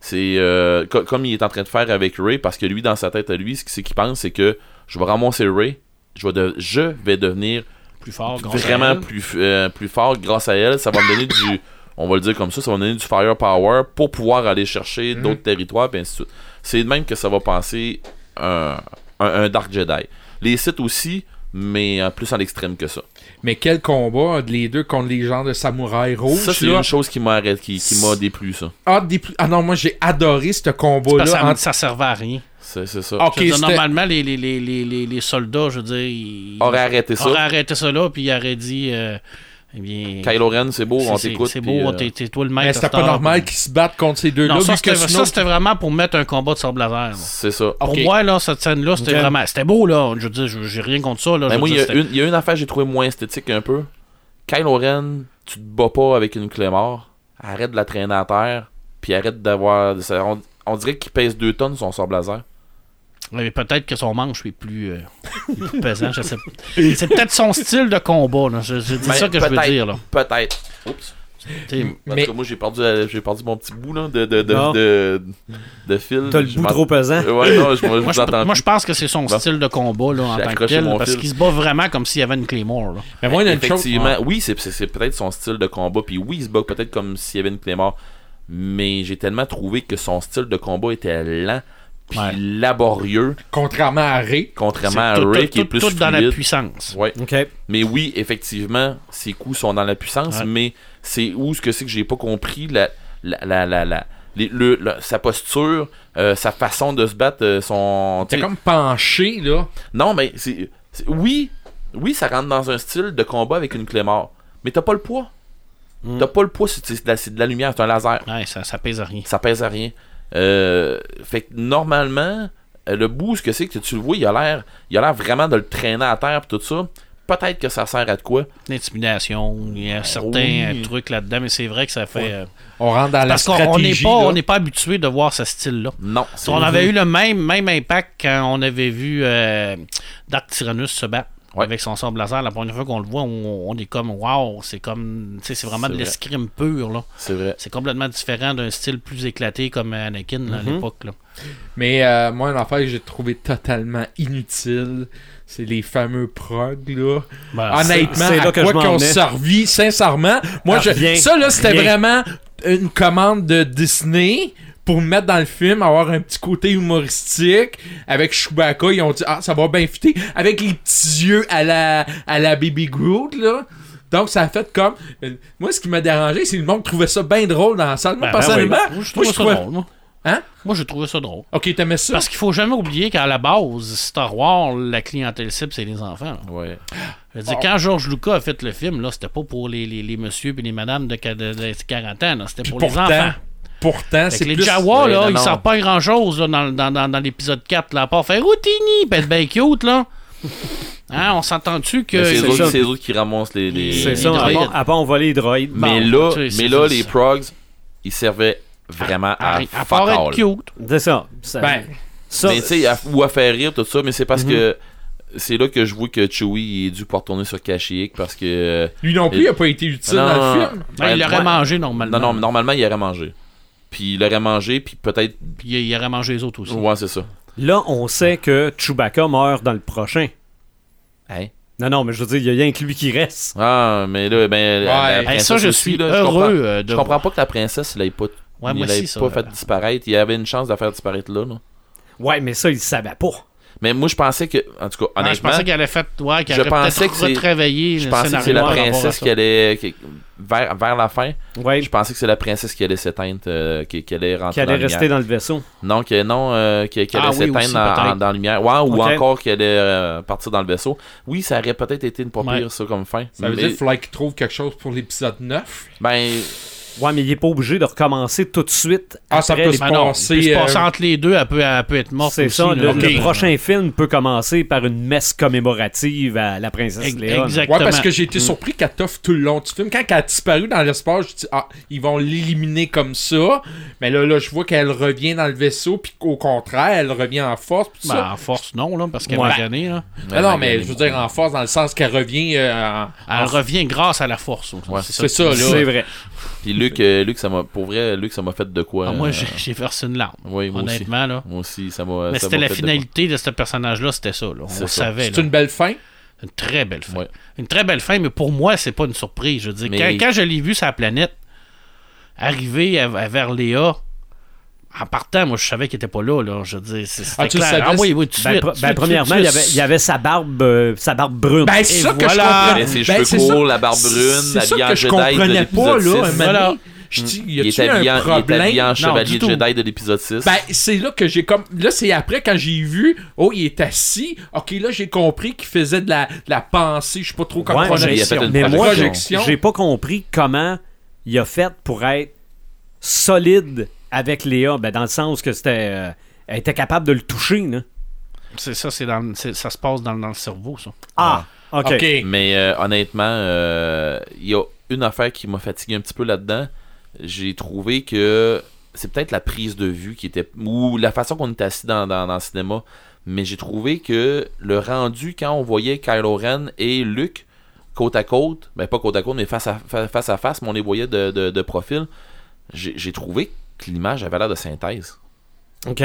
C'est euh, co- comme il est en train de faire avec Ray, parce que lui, dans sa tête à lui, ce qu'il ce qu'il pense, c'est que je vais ramasser Ray, je vais, de- je vais devenir Plus fort, grâce à vraiment elle. plus, euh, plus fort grâce à elle. Ça va me donner du. On va le dire comme ça, ça va me donner du firepower pour pouvoir aller chercher Mhm. d'autres territoires, puis ainsi de suite. C'est de même que ça va passer un, un, un Dark Jedi. Les sites aussi, mais euh, plus à l'extrême que ça. Mais quel combat, les deux contre les gens de samouraï Oh, rouge, ça, c'est là. une chose qui m'a arrêt- qui, qui m'a déplu, ça. Ah, des plus- ah non, moi, j'ai adoré ce Parce que combat-là. ça, entre- ça servait à rien. C'est c'est ça. Ok, Je veux dire, c'était- normalement, les, les, les, les, les- les soldats, je veux dire, ils Aurait arrêté ça. auraient arrêté ça là, puis ils auraient dit, euh, eh bien, Kylo Ren, c'est beau, c'est- on c'est- t'écoute. C'est puis, beau, euh, t'es t'es toi le maître. Mais c'était à pas Star, normal puis- qu'ils se battent contre ces deux-là. Non, ça, vu que c'était ça, sinon- c'était vraiment pour mettre un combat de sable laser. là. C'est ça. Pour Ok. moi, là, cette scène-là, c'était Ok. vraiment. C'était beau, là. Je veux dire, je- j'ai rien contre ça. Ben, Là, Je veux moi, il y, dire, a c'était- une- il y a une affaire que j'ai trouvé moins esthétique un peu. Kylo Ren, tu te bats pas avec une clé mort. Arrête de la traîner à terre. Puis arrête d'avoir. ça- On, on dirait qu'il pèse 2 tonnes son sort laser. Ouais, mais peut-être que son manche est plus, euh, est plus pesant, je sais pas. C'est peut-être son style de combat, là. Je- je- C'est Ben, ça que je veux peut-être, dire, là. Peut-être. Oups. T'sais, En Mais- tout cas, moi, j'ai perdu, la- j'ai perdu mon petit bout là, de, de, de, Non. de, de fil. T'as le Je bout m'en- trop pesant. Ouais, non, je, moi, je moi, vous je, entends moi, plus. je pense que c'est son Bon. style de combat, là, en J'ai tant que accroché tel, mon parce fil. qu'il se bat vraiment comme s'il y avait une Claymore, là. Mais moi, il y a une chose. Effectivement, oui, c'est, c'est, c'est peut-être son style de combat. Puis oui, il se bat peut-être comme s'il y avait une Claymore. Mais j'ai tellement trouvé que son style de combat était lent puis Ouais. laborieux, Contrairement à Ray, contrairement à C'est tout- Ray tout- qui est tout- plus tout dans la fluide. puissance. Ouais. Ok. Mais oui, effectivement, ses coups sont dans la puissance, Ouais. mais c'est où ce que c'est que j'ai pas compris la, la, la, la, la- les- le- le- sa posture, euh, sa façon de se battre, euh, son. t'es t'sais, comme penché, là. Non, mais c'est. c'est- Oui, oui, ça rentre dans un style de combat avec une clé mort. Mais t'as pas le poids. Mm. T'as pas le poids, c'est c'est de, la- c'est de la lumière, c'est un laser. Ouais, ça, ça pèse à rien. Ça pèse à rien. Euh, fait que normalement, euh, le bout, ce que c'est que tu le vois, il a l'air. Il a l'air vraiment de le traîner à terre pis tout ça. Peut-être que ça sert à de quoi. L'intimidation, il y a certains Ah Oui. euh, trucs là-dedans, mais c'est vrai que ça fait. euh, On rentre dans la parce qu'on on n'est stratégie. pas, là. on n'est pas habitué de voir ce style-là. Non. Si c'est- On avait eu le même, même impact quand on avait vu euh, Dark Tyrannus se battre. Ouais. Avec son sable laser, la première fois qu'on le voit, on, on est comme wow, c'est comme tu sais, c'est vraiment C'est de vrai. l'escrime pur là. C'est vrai. C'est complètement différent d'un style plus éclaté comme Anakin là, à l'époque là. Mais euh, moi, une affaire que j'ai trouvé totalement inutile, c'est les fameux progs, là. Ben, Honnêtement, c'est là à que quoi je m'en qu'on venais. servi, sincèrement, moi, Ah, je, rien, ça, là, c'était rien. vraiment une commande de Disney pour me mettre dans le film, avoir un petit côté humoristique. Avec Chewbacca, ils ont dit, ah, ça va bien fitter. Avec les petits yeux à la, à la Baby Groot, là. Donc, ça a fait comme. euh, Moi, ce qui m'a dérangé, c'est que le monde trouvait ça bien drôle dans la salle. Moi, ben, personnellement, ben, moi, je trouvais ça trouvais- drôle. Moi. Hein? Moi, je trouvais ça drôle. Ok, t'aimais ça? Parce qu'il faut jamais oublier qu'à la base, Star Wars, la clientèle cible, c'est les enfants. là. Ouais. Je veux dire, quand George Lucas a fait le film, là, c'était pas pour les, les, les messieurs et les madames de, qua- de- de 40 ans, là, c'était Puis pour pourtant, les enfants. pourtant, Fait c'est que les plus... Jawa, Ouais, là, non, ils non. savent pas grand chose dans, dans, dans, dans l'épisode 4, là, à part faire Oh, Routini, pis être bien ben, cute, là. Hein, on s'entend-tu que. Mais C'est c'est les autres, ça. c'est les autres qui ramassent les. les- C'est les ça, à droïdes. part, à part on va les droïdes. Mais Bon, là, tu sais, mais c'est là ça. les progs, ils servaient vraiment à, Arrête, à Ah, fuck part être all. cute. C'est ça. Ça- Ben, ça- Mais tu sais, à- ou à faire rire, tout ça, mais c'est parce que. C'est là que je vois que Chewie il est dû pour retourner sur Kashyyyk parce que. lui non plus, il a pas été utile Non, dans le non, film. Ben, Ben, il aurait ouais. mangé normalement. Non, non, mais normalement, il aurait mangé. Puis il aurait mangé, puis peut-être. Puis il, il aurait mangé les autres aussi. Ouais, c'est ça. Là, on sait que Chewbacca meurt dans le prochain. Hein? Non, non, mais je veux dire, il y a rien que lui qui reste. Ah, mais là, ben. la- la Ouais. Ben, princesse ça, je aussi, suis là, je comprends- heureux euh, de. Je comprends pas que la princesse, il l'ait pas, Ouais, il moi l'ait aussi, ça. pas fait disparaître. Il avait une chance de la faire disparaître là. là. Ouais, mais ça, il savait pas. Mais moi, je pensais que. En tout cas, Ouais, je honnêtement, pensais qu'elle allait fait. Ouais, qu'elle je aurait pensais que c'est- peut-être retravaillé je le pensais que c'est scénario. la par rapport à princesse ça. qui allait. qui- vers, vers la fin, Ouais, je pensais que c'est la princesse qui allait s'éteindre, euh, qui, qui allait rentrer qui allait dans la rester lumière. dans le vaisseau. Non, que, non euh, qui, qui Ah allait oui, s'éteindre aussi, en- en- peut-être. dans la lumière. Ouais, ou Ok. encore qui allait euh, partir dans le vaisseau. Oui, ça aurait peut-être été une pas pire, Ouais. ça, comme fin. Ça veut Mais- dire qu'il fallait qu'il trouve quelque chose pour l'épisode 9. Ben, Ouais, mais il est pas obligé de recommencer tout de suite. Ah, ça après peut les- se Ben non, passer, puis se euh, passer entre les deux, elle peut, elle peut être morte. C'est aussi, ça, là. Ben, le, Ok. le prochain film peut commencer par une messe commémorative à la princesse Léa. Exactement. Mm. Ouais, parce que j'ai été surpris qu'elle toffe tout le long du film. Quand elle a disparu dans l'espace, je dis ah, ils vont l'éliminer comme ça. Mais là, là, je vois qu'elle revient dans le vaisseau, puis qu'au contraire, elle revient en force. puis tout Ben, ça. en force, non, là, parce qu'elle Ouais. va gagner. Là. Ah non, mais ben, je veux dire en force dans le sens qu'elle revient. euh, en- Elle revient grâce à la force. donc, Ouais. C'est ça, C'est là. vrai. Ben, Puis Luc, euh, Luc, ça m'a. Pour vrai, Luc, ça m'a fait de quoi. Ah, moi, euh, j'ai j'ai versé une larme, Oui, moi aussi. honnêtement. Là. Moi aussi, ça m'a. Mais ça c'était m'a la fait de finalité de ce personnage-là, c'était ça. Là. On C'est le ça. savait. C'est là. une belle fin. Une très belle fin. Ouais. Une très belle fin, mais pour moi, c'est pas une surprise. Je veux dire, Mais- quand, quand je l'ai vu sa planète arriver à- à- vers Léa, en partant, moi, je savais qu'il était pas là. là. Je veux dire, c'est- c'était Ah, tu le clair. savais, Ah oui, oui, tout de Ben, suite. pro- tout de ben, suite, premièrement, tout de il y avait, il y avait sa barbe, euh, sa barbe brune. Ben, c'est Et ça que voilà. je Mais comprends. ses Ben, cheveux c'est courts, ça. la barbe brune, C'est ça habillé en que je Jedi de comprenais pas, l'épisode là, un six. moment Voilà. donné. Je dis, y Il est a-tu eu habillé en- un il est habillé en problème? chevalier du tout. Jedi de l'épisode 6. Ben, c'est là que j'ai comme. Là, c'est après quand j'ai vu. Oh, il est assis. Ok, là, j'ai compris qu'il faisait de la, de la pensée. Je sais pas trop comme Ouais, projection. j'ai- il a fait une mais moi, j'ai- projection. j'ai pas compris comment il a fait pour être solide avec Léa, ben, dans le sens que c'était. euh, elle était capable de le toucher, là. C'est ça, c'est dans, c'est- ça se passe dans, dans le cerveau, ça. Ah, ok. Ok. Mais euh, honnêtement, euh, il y a une affaire qui m'a fatigué un petit peu là-dedans. J'ai trouvé que c'est peut-être la prise de vue qui était. ou la façon qu'on était assis dans, dans, dans le cinéma. Mais j'ai trouvé que le rendu, quand on voyait Kylo Ren et Luke côte à côte, ben pas côte à côte, mais face à fa- face, à face mais on les voyait de, de- de profil, j'ai j'ai trouvé que l'image avait l'air de synthèse. OK.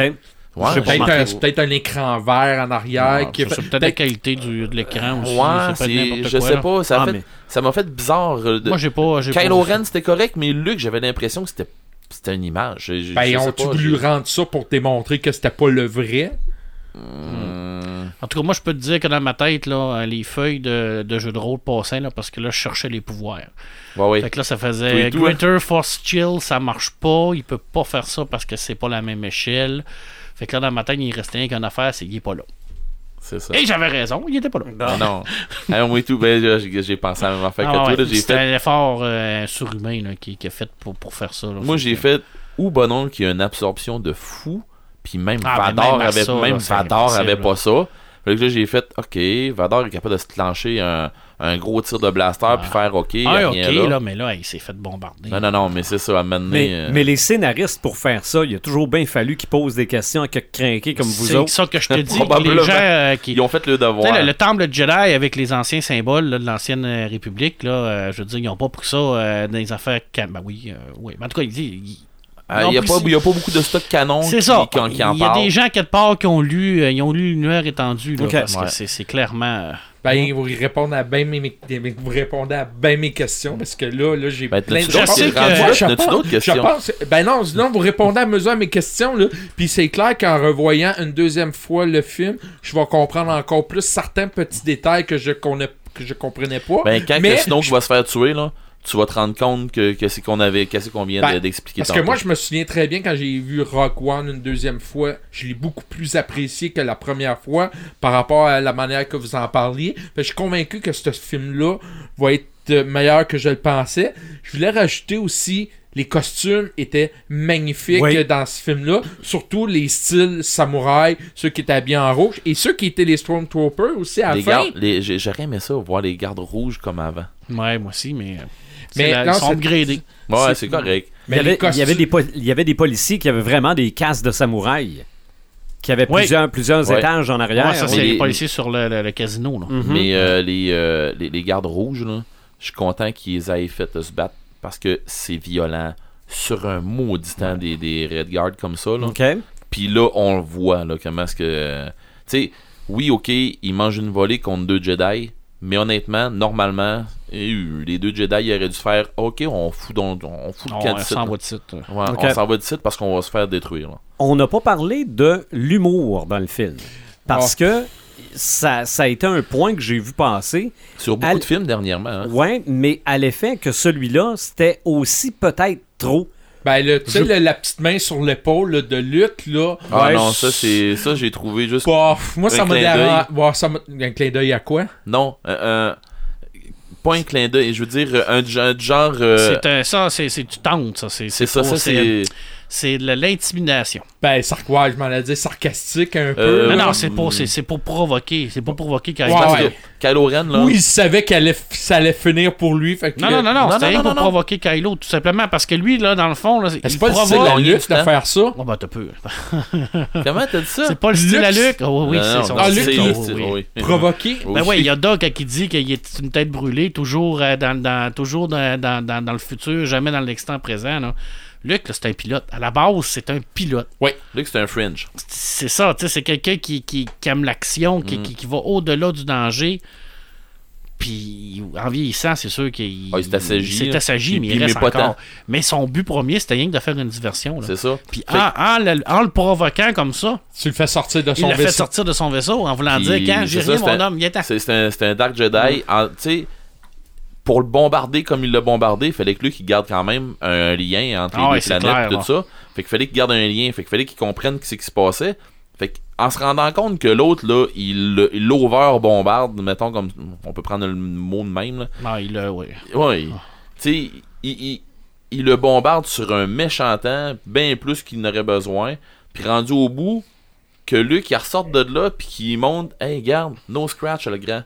Ouais, c'est j'ai peut-être remarqué. un, c'est peut-être un écran vert en arrière Ouais, qui C'est Ah, peut-être la qualité du- de l'écran aussi. Ouais, c'est peut-être c'est- n'importe je quoi, sais là. pas, ça a Ah, fait- mais- ça m'a fait bizarre. euh, de- Moi, j'ai pas. j'ai Kylo pas- Ren, c'était correct, mais Luke, j'avais l'impression que c'était c'était une image. Je- je- Ben, je ils sais ont-tu pas, voulu j'ai- rendre ça pour démontrer que c'était pas le vrai? Hmm. En tout cas, moi, je peux te dire que dans ma tête, là, les feuilles de, de jeu de rôle passaient, là, parce que là, je cherchais les pouvoirs. Ouais, ouais. Fait que là, ça Toi et faisait toi. Greater Force Chill, ça marche pas, il peut pas faire ça parce que c'est pas la même échelle. Fait que là, dans ma tête, il restait rien qu'une affaire, c'est qu'il est pas là. C'est ça. Et j'avais raison, il était pas là. Ah non. Ah non, oui, tout. Ben, j'ai j'ai pensé à la même affaire Ah que toi. ouais, là, j'ai C'était fait. un effort euh, surhumain là, qui, qui a fait pour, pour faire ça. là. Moi, Fait j'ai que- fait ou Bonhomme qui a une absorption de fou, puis même Ah, mais Vador même à avait ça, même là, c'est Vador impossible, avait là. pas ça. Fait que là, j'ai fait OK, Vador est capable de se clencher un, un gros tir de blaster puis faire OK, y a Ah, ok, rien là. là. mais là, il s'est fait bombarder. Non non non, mais euh, c'est ça à Mais, mener. mais les scénaristes, pour faire ça, il a toujours bien fallu qu'ils posent des questions à quelques crinqués comme vous C'est autres. ça que je te dis. que Probablement. les gens euh, qui. Ils ont fait le Tu devoir. sais, le, le temple de Jedi avec les anciens symboles là, de l'ancienne euh, République, là, euh, je veux dire, ils n'ont pas pris ça euh, dans les affaires. cam- Ben oui, euh, oui. Mais en tout cas, il dit. il- Ah, Non, Il n'y a, plus pas- si- il y a pas beaucoup de stock canon qui, C'est ça. qui en- il qui y en a parle. des gens quelque part qui ont lu, euh, ils ont lu l'univers étendue, là, Ok. parce Ouais. que c'est- c'est clairement. euh, Ben, vous répondez à ben mes, mes- vous répondez à ben mes questions parce que là, là j'ai Ben, plein de t'as-tu d'autres- Je sais que- rendu- Moi, je t'as-tu pense- d'autres Je questions? pense, ben non, sinon vous répondez à mesure à mes questions, là. Puis c'est clair qu'en revoyant une deuxième fois le film, je vais comprendre encore plus certains petits détails que je, conna- que je comprenais pas. Ben, quand Mais- que sinon tu vas se faire tuer, là, tu vas te rendre compte que, que c'est qu'on avait, qu'est-ce qu'on vient Ben, de- d'expliquer. Parce que tantôt. moi, je me souviens très bien quand j'ai vu Rock One une deuxième fois, je l'ai beaucoup plus apprécié que la première fois par rapport à la manière que vous en parliez. Fait que je suis convaincu que ce film-là va être euh, meilleur que je le pensais. Je voulais rajouter aussi. Les costumes étaient magnifiques Oui. euh, dans ce film-là. Surtout les styles samouraï, ceux qui étaient habillés en rouge et ceux qui étaient les Stormtroopers aussi à la les fin. gardes, les- j'ai- j'aurais aimé ça, voir les gardes rouges comme avant. Ouais, moi aussi, mais. euh, c'est Mais la- non, ils sont c'est- upgradés. Ouais, C'est- c'est correct. Il y, Mais avait, les il y avait costumes- des, po- il y avait des policiers qui avaient vraiment des casques de samouraï, qui avaient Oui. plusieurs, plusieurs Ouais. étages en arrière. Ouais, ça, c'est mais les les- policiers sur le, le- le casino. Là. Mhm. Mais euh, les, euh, les, les gardes rouges, là, je suis content qu'ils aient fait euh, se battre parce que c'est violent. Sur un maudit temps des, des Red Guards comme ça. Là. OK. Puis là, on le voit, là, comment est-ce que. euh, tu sais, oui, ok, ils mangent une volée contre deux Jedi, mais honnêtement, normalement, euh, les deux Jedi ils auraient dû faire Ok, on fout, dans- on fout le On, camp on d'ici, s'en là. va de suite. là. Ouais, Ok. On s'en va de site parce qu'on va se faire détruire. là. On n'a pas parlé de l'humour dans le film. Parce que ça, ça a été un point que j'ai vu passer. Sur beaucoup Al- de films dernièrement. hein. Ouais, mais à l'effet que celui-là, c'était aussi peut-être trop. Ben, le- tu sais, le- la petite main sur l'épaule là, de Luke, là. Ah Ouais, non, ça, c'est ça j'ai trouvé juste. Bof, moi, Un ça m'a clin dérangé. Ouais, ça m'a- Un clin d'œil à quoi? Non, euh, euh, pas un clin d'œil. Je veux dire, euh, un, du- un du genre. euh, C'est un- ça, c'est c'est du tente, ça. C'est c'est ça, pas- ça, c'est. c'est de l'intimidation. Ben, sarc- ouais, je m'en ai dit sarcastique Euh, un peu. Non, là. non, c'est pour, c'est- c'est pour provoquer. C'est pour provoquer Kylo Ouais, Ren. Parce que Kylo Ren, là. Oui, il savait qu'elle allait f- ça allait finir pour lui. Fait que Non, non, non, non, Non, c'était non, rien non, pour non. provoquer Kylo, tout simplement, parce que lui, là, dans le fond, là, C'est il pas le style provoque... à on y est Luke de du temps. faire ça. Oh, ben, t'as peu. Comment t'as dit ça? C'est pas le style à Luke. Luke. Oh, oui, oui, Ah, Non, c'est non, son non, Luke, style. c'est- oh, c'est- oui. oui. Provoquer. Oui. Ben ouais, il y a Doc euh, qui dit qu'il est une tête brûlée, toujours euh, dans, dans- toujours dans, dans- dans- dans le futur, jamais dans l'extant présent. Là. Luc, là, c'est un pilote. À la base, c'est un pilote. Luke, c'est un fringe. C'est ça, tu sais, c'est quelqu'un qui, qui, qui aime l'action, Mm. qui, qui- qui va au-delà du danger. Puis, en vieillissant, c'est sûr qu'il Ah, il s'est assagi, il s'est là. assagi, Puis- mais il puis, reste mais pas encore. tant. Mais son but premier, c'était rien que de faire une diversion. là. C'est ça. Puis ah, Fait- en, en le, en le provoquant comme ça, Tu le fais sortir de il son l'a fait vaisseau. sortir de son vaisseau en voulant Puis, dire Quand c'est j'ai ça, rien, c'est mon un- homme, Mm. il est à C'est c'est un, c'est un Dark Jedi. en- Tu sais, pour le bombarder comme il l'a bombardé, il fallait que Luke il garde quand même un lien entre les Ah deux ouais, c'est planètes clair, et tout là. ça. Fait qu'il fallait qu'il garde un lien. Fait qu'il fallait qu'il comprenne ce qui se passait. Fait que, en se rendant compte que l'autre, là, il le- il l'over-bombarde, mettons, comme on peut prendre le mot de même, là. Non, il l'a, ouais. Ouais, il- tu sais, il, il- il le bombarde sur un méchant temps, bien plus qu'il n'aurait besoin. Puis rendu au bout, que Luke, il ressorte de là, puis qu'il monte, hey, garde, no scratch, le grand.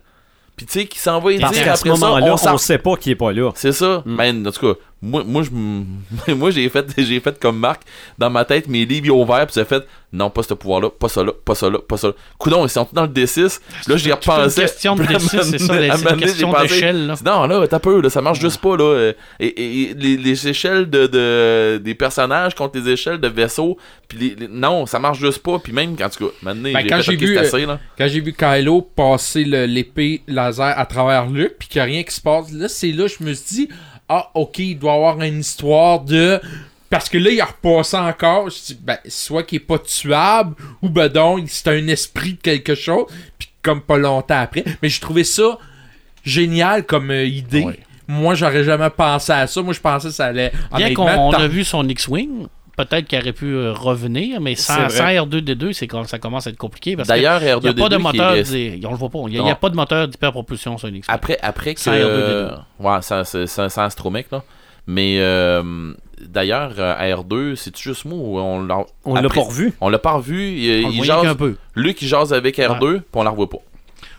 Puis tu sais, qu'il s'en va et Parce dire qu'à ce après ça, moment-là, on on ne s'en- sait pas qu'il est pas là. Mm. C'est ça. Ben, en tout cas, Moi, moi, je m- moi j'ai fait, j'ai fait comme Marc. Dans ma tête, mes livres ils ont ouvert, puis j'ai fait, non, pas ce pouvoir-là, pas ça là, pas ça là, pas ça là. Coudon, ils sont tous dans le D6. Là, j'y C'est une repensais. question de Puis à un D6, c'est moment ça, donné- la- à un c'est moment une donné, question j'ai pensé, d'échelle. là. c'est- Non, là, t'as peu, là, ça marche juste pas, là. Euh, Et, et- et les, les échelles de, de- des personnages contre les échelles de vaisseaux, puis les- les- non, ça marche juste pas. Puis même, en tout cas, maintenant, Ben, j'ai quand fait, j'ai ok, vu, c'est euh, assez, là. Quand j'ai vu Kylo passer le- l'épée laser à travers Luke, puis qu'il n'y a rien qui se passe, là, c'est là que je me suis dit, ah, ok, il doit y avoir une histoire de. Parce que là, il a repassé encore. Je dis, ben, soit qu'il est pas tuable, ou ben donc, c'est un esprit de quelque chose, puis comme pas longtemps après. Mais j'ai trouvé ça génial comme euh, idée. Ouais. Moi, j'aurais jamais pensé à ça. Moi, je pensais que ça allait. Bien qu'on honnêtement, on tant- a vu son X-Wing, peut-être qu'il aurait pu euh, revenir, mais sans, C'est sans vrai. R2D2, c'est quand ça commence à être compliqué. Parce que D'ailleurs, il n'y a R2D2 pas de qui moteur. reste- d'hy- On le voit pas. Il n'y a, Non. il y a pas de moteur d'hyperpropulsion sur un X-Wing. Après, après que. euh, Sans R2D2. ouais, sans, sans, sans- sans Astromech, là. Mais euh, d'ailleurs, euh, R2, c'est juste moi ou on l'a. On l'a après- pas revu. On l'a pas revu. Il, On le il voyait jase- qu'un peu. Luke, il jase avec R2, puis on la revoit pas.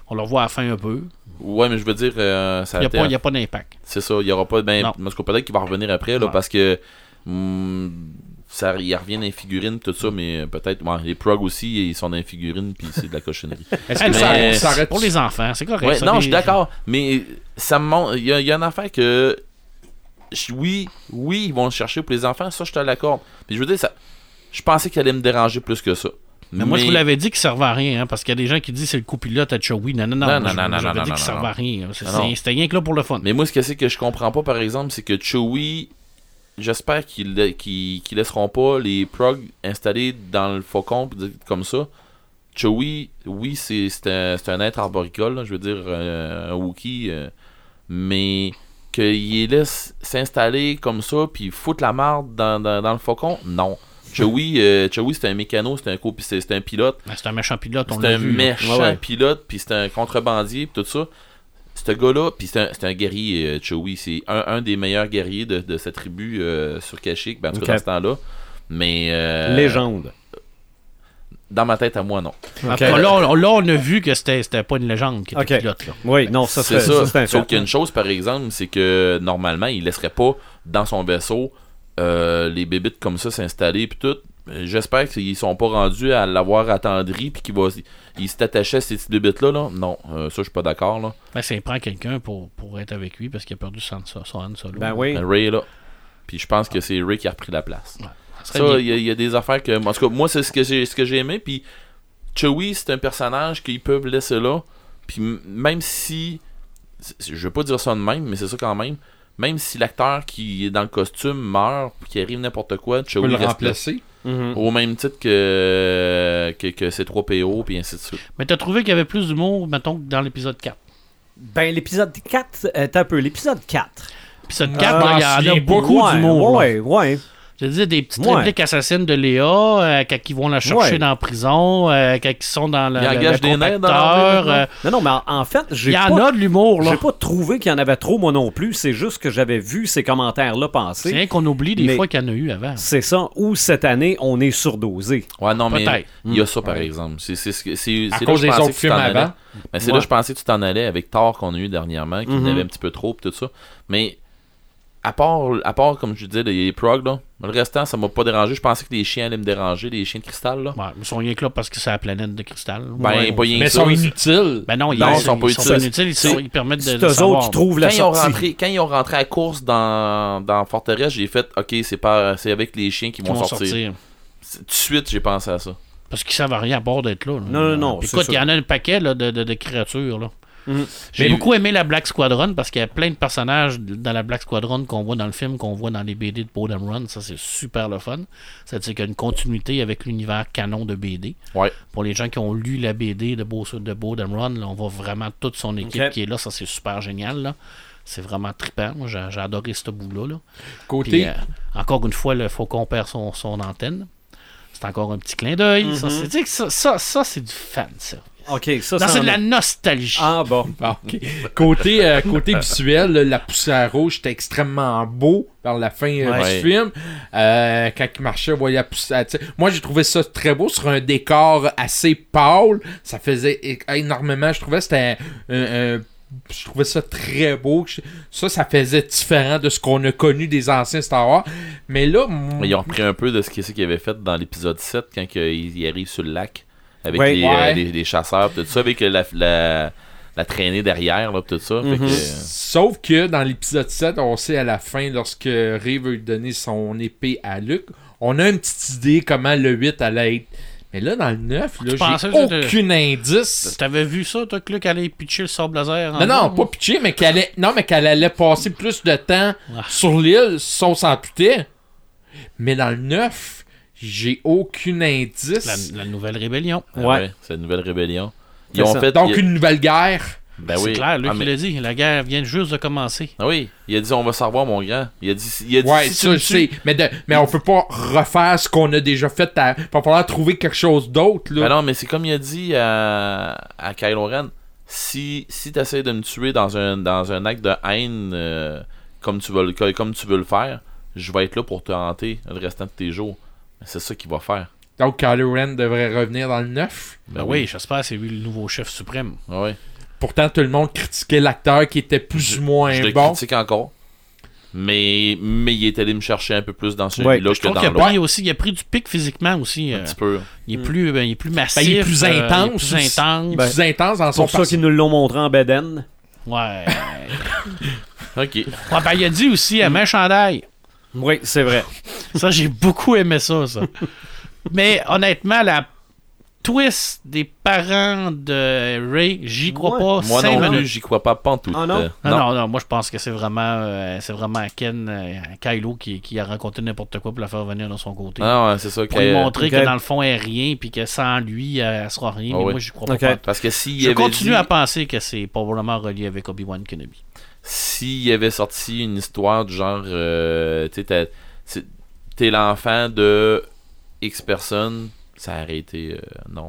On le revoit à la fin un peu. Ouais, mais je veux dire, euh, ça Il n'y a été- pas, il y a pas d'impact. C'est ça, il y aura pas. Ben, Non. parce que peut-être qu'il va revenir après, là, Ouais. parce que. hum, ça, il revient dans les figurines, tout ça, mais euh, peut-être. ouais, les Prog aussi, ils sont dans les figurines, puis c'est de la cochonnerie. Est-ce Eh, que mais ça, mais- ça c'est aurait- Pour les enfants, c'est correct. Ouais, ça, non, les- je suis d'accord, mais ça me montre. Il y, a- il y a une affaire que. je- Oui, oui, ils vont le chercher pour les enfants, ça, je te l'accorde. Mais je veux dire, ça, je pensais qu'il allait me déranger plus que ça. Mais moi, je vous l'avais dit qu'il ne servait à rien, hein, parce qu'il y a des gens qui disent c'est le coup pilote à Chewie. Non, non, non. Non, moi, non, je- non, non, J'avais non, dit non, qu'il servait non. à rien. C'est- Non, non. c'est- C'était rien que là pour le fun. Mais moi, ce que c'est que je comprends pas, par exemple, c'est que Chewie, j'espère qu'ils la- qu'ils qu'ils laisseront pas les progs installés dans le faucon pis des- comme ça. Chewie, oui, c'est c'est un, c'est un être arboricole, là, je veux dire, euh, un Wookie, euh, mais qu'ils les laissent s'installer comme ça puis foutre la marde dans, dans, dans le faucon, non. Chewie, euh, Chewie c'est un mécano, c'est un, co- pis c'est c'est un pilote. Ah, C'est un méchant pilote, on C'est l'a un vu. là. méchant Ouais, ouais. pilote, puis c'est un contrebandier, puis tout ça. Ce gars-là, puis c'est un, c'est un guerrier, euh, Chewie. C'est un, un des meilleurs guerriers de, de sa tribu euh, sur Kashyyyk, ben, en tout cas Ok. dans ce temps-là. Mais. euh, Légende. Dans ma tête à moi, non. Après, Là, on, là, on a vu que c'était c'était pas une légende qui était Ok. pilote. là. Oui, non, ça c'est c'est ça. ça. c'est un Sauf fait. qu'il y a une chose, par exemple, c'est que normalement, il laisserait pas dans son vaisseau euh, les bébites comme ça s'installer, puis tout. Euh, J'espère qu'ils sont pas rendus à l'avoir attendri, puis qu'il va. Il s'est attaché à ces petites bébites-là, là. Non, euh, ça, je suis pas d'accord, là. Ben, ça il prend quelqu'un pour, pour être avec lui parce qu'il a perdu son, son, son Han Solo. Ben oui. Ray est là. Puis je pense que c'est Ray qui a repris la place. Ça serait Ça, bien. il y, a- il y a des affaires que. En tout cas, moi, c'est ce que j'ai ce que j'ai aimé. Puis Chewie, c'est un personnage qu'ils peuvent laisser là. Puis m- même si. c'est- Je veux pas dire ça de même, mais c'est ça quand même. Même si l'acteur qui est dans le costume meurt, puis qui arrive n'importe quoi, on peut Chewie le reste là. remplacer. Mhm. Au même titre que, que, que ces 3 PO, puis ainsi de suite. Mais t'as trouvé qu'il y avait plus d'humour, mettons, que dans l'épisode 4. Ben, l'épisode 4, euh, t'as un peu, l'épisode 4. L'épisode Ah, 4, là, il y en je a me souviens beaucoup ouais, d'humour. là. Ouais, ouais. Je veux dire, des petites Ouais. répliques assassines de Léa, euh, quand ils vont la chercher Ouais. dans la prison, euh, quand ils sont dans le, Ils le- engagent le des nains dans compacteur, leur- euh, Non, non, mais en, en fait, j'ai Il y pas, en a de l'humour, là. j'ai pas trouvé qu'il y en avait trop, moi non plus. C'est juste que j'avais vu ces commentaires-là C'est passer. rien qu'on oublie des Mais- fois qu'il y en a eu avant. C'est ça, où cette année, on est surdosé. Ouais, non, mais Peut-être. il y a ça, par exemple. C'est c'est ce que- c'est- À c'est là cause que je des pensais autres que tu films t'en avant. allais. Mais c'est là Ouais. que je pensais que tu t'en allais avec Thor qu'on a eu dernièrement, qui en Mhm. avait un petit peu trop, pis tout ça. Mais à part, à part comme je disais, les prog, là, le restant, ça m'a pas dérangé. Je pensais que les chiens allaient me déranger, les chiens de cristal. Là. Ouais, ils sont rien que là parce que c'est la planète de cristal. Ben, Ouais, pas rien Mais que ils ça. sont inutiles. Ben non, ils, Non, ils ils sont pas utiles. inutiles, ils, sont- C'est- ils permettent de, C'est de eux savoir. autres qui trouvent Quand, la ils ont sortie. rentré, quand ils ont rentré à course dans, dans Forteresse, j'ai fait OK, c'est pas c'est avec les chiens qu'ils qui vont, sortir. C'est- Tout de suite, j'ai pensé à ça. Parce qu'ils savent rien à bord d'être là, là. Non, non, non, Puis c'est Écoute, ça. il y en a un paquet là, de, de- de créatures. là. Mhm. J'ai Mais- beaucoup aimé la Black Squadron parce qu'il y a plein de personnages d- dans la Black Squadron qu'on voit dans le film, qu'on voit dans les BD de Bodem Run. Ça, c'est super le fun. C'est-à-dire qu'il y a une continuité avec l'univers canon de BD. Ouais. Pour les gens qui ont lu la BD de, Bo de Bodem Run, là, on voit vraiment toute son équipe Ok. qui est là. Ça, c'est super génial. là. C'est vraiment trippant. Moi, j'ai j'ai adoré ce bout-là. là. Puis, Côté. euh, encore une fois, il faut qu'on perd son, son antenne. C'est encore un petit clin d'œil. Ça, c'est- tu sais que ça, ça, ça, c'est du fan, ça. OK, ça, Non, ça c'est en de la est- nostalgie. Ah, bon. Ah, ok. Côté, euh, côté visuel, là, la poussière rouge était extrêmement beau vers la fin euh, Ouais. du film. Euh, quand il marchait, on voyait la poussière. tu sais. Moi, j'ai trouvé ça très beau sur un décor assez pâle. Ça faisait é- énormément. Je trouvais que c'était un, un- un je trouvais ça très beau. Je- Ça, ça faisait différent de ce qu'on a connu des anciens Star Wars. Mais là, Mais Ils ont repris un peu de ce qu'ils ce qu'ils avaient fait dans l'épisode 7 quand que ils ils arrivent sur le lac avec Ouais. les, euh, Ouais. les- les chasseurs, pis tout ça, avec la, la, la traînée derrière, là, pis tout ça. Fait que, Mhm. Mm-hmm. euh, Sauf que dans l'épisode 7, on sait à la fin, lorsque Ray veut donner son épée à Luke, on a une petite idée comment le 8 allait être. Mais là, dans le 9, là, Ah, pensais j'ai que c'était- aucun indice. T'avais vu ça, toi, que Luke allait pitcher le sable laser en Non, non, bas? pas pitché, mais qu'elle allait... Non, mais qu'elle allait passer plus de temps Ah. sur l'île sans s'en douter. Mais dans le 9, j'ai aucun indice. La, la nouvelle rébellion. ah Ouais. ouais, c'est la nouvelle rébellion. Ils C'est ont ça. fait. Donc, il- une nouvelle guerre. Ben c'est oui. clair, Luke Ah, mais- il l'a dit, la guerre vient juste de commencer. Ah oui, il a dit on va se revoir, mon grand. Il a dit, il a dit Ouais, si tu ça, me je sais. tues- Mais, de- mais on peut pas refaire ce qu'on a déjà fait. À... Il va falloir trouver quelque chose d'autre. là. Ben non, mais c'est comme il a dit à, à Kylo Ren si, si tu essaies de me tuer dans un, dans un acte de haine euh, comme, tu veux, le- co- comme tu veux le faire, je vais être là pour te hanter le restant de tes jours. C'est ça qu'il va faire. Donc, Kylo Ren devrait revenir dans le 9. Ben oui, j'espère que c'est lui le nouveau chef suprême. Ah ouais. Pourtant, tout le monde critiquait l'acteur qui était plus ou moins je le bon. critique encore. Mais, mais il est allé me chercher un peu plus dans celui-là Ouais, Je que trouve qu'il a dans l'autre. pris aussi, il a pris du pic physiquement aussi. Un euh, petit peu. il, est plus, ben, il est plus massif. Ben, il est plus euh, intense il est aussi. plus intense. Ben, plus intense dans son pour ça personnage. qu'ils nous l'ont montré en Beden. Ouais. Ok. Ouais, ben, il a dit aussi, à main chandail. Oui, c'est vrai. Ça, j'ai beaucoup aimé ça, ça. Mais honnêtement, la twist des parents de Ray, j'y crois Ouais. pas. Moi cinq non plus, minutes. j'y crois pas pantoute. Ah non? Euh, Non, non, non, moi je pense que c'est vraiment euh, c'est vraiment Ken euh, Kylo qui, qui a rencontré n'importe quoi pour la faire venir de son côté. Ah ouais, c'est ça. pour que- lui montrer ok. que dans le fond elle est rien puis que sans lui elle sera rien. Ah mais oui. moi j'y crois pas Ok. pas. Parce que s'il Je avait continue dit- à penser que c'est probablement relié avec Obi-Wan Kenobi. s'il y avait sorti une histoire du genre euh, tu sais, t'as- c'est- t'es l'enfant de X personnes ça aurait été euh, non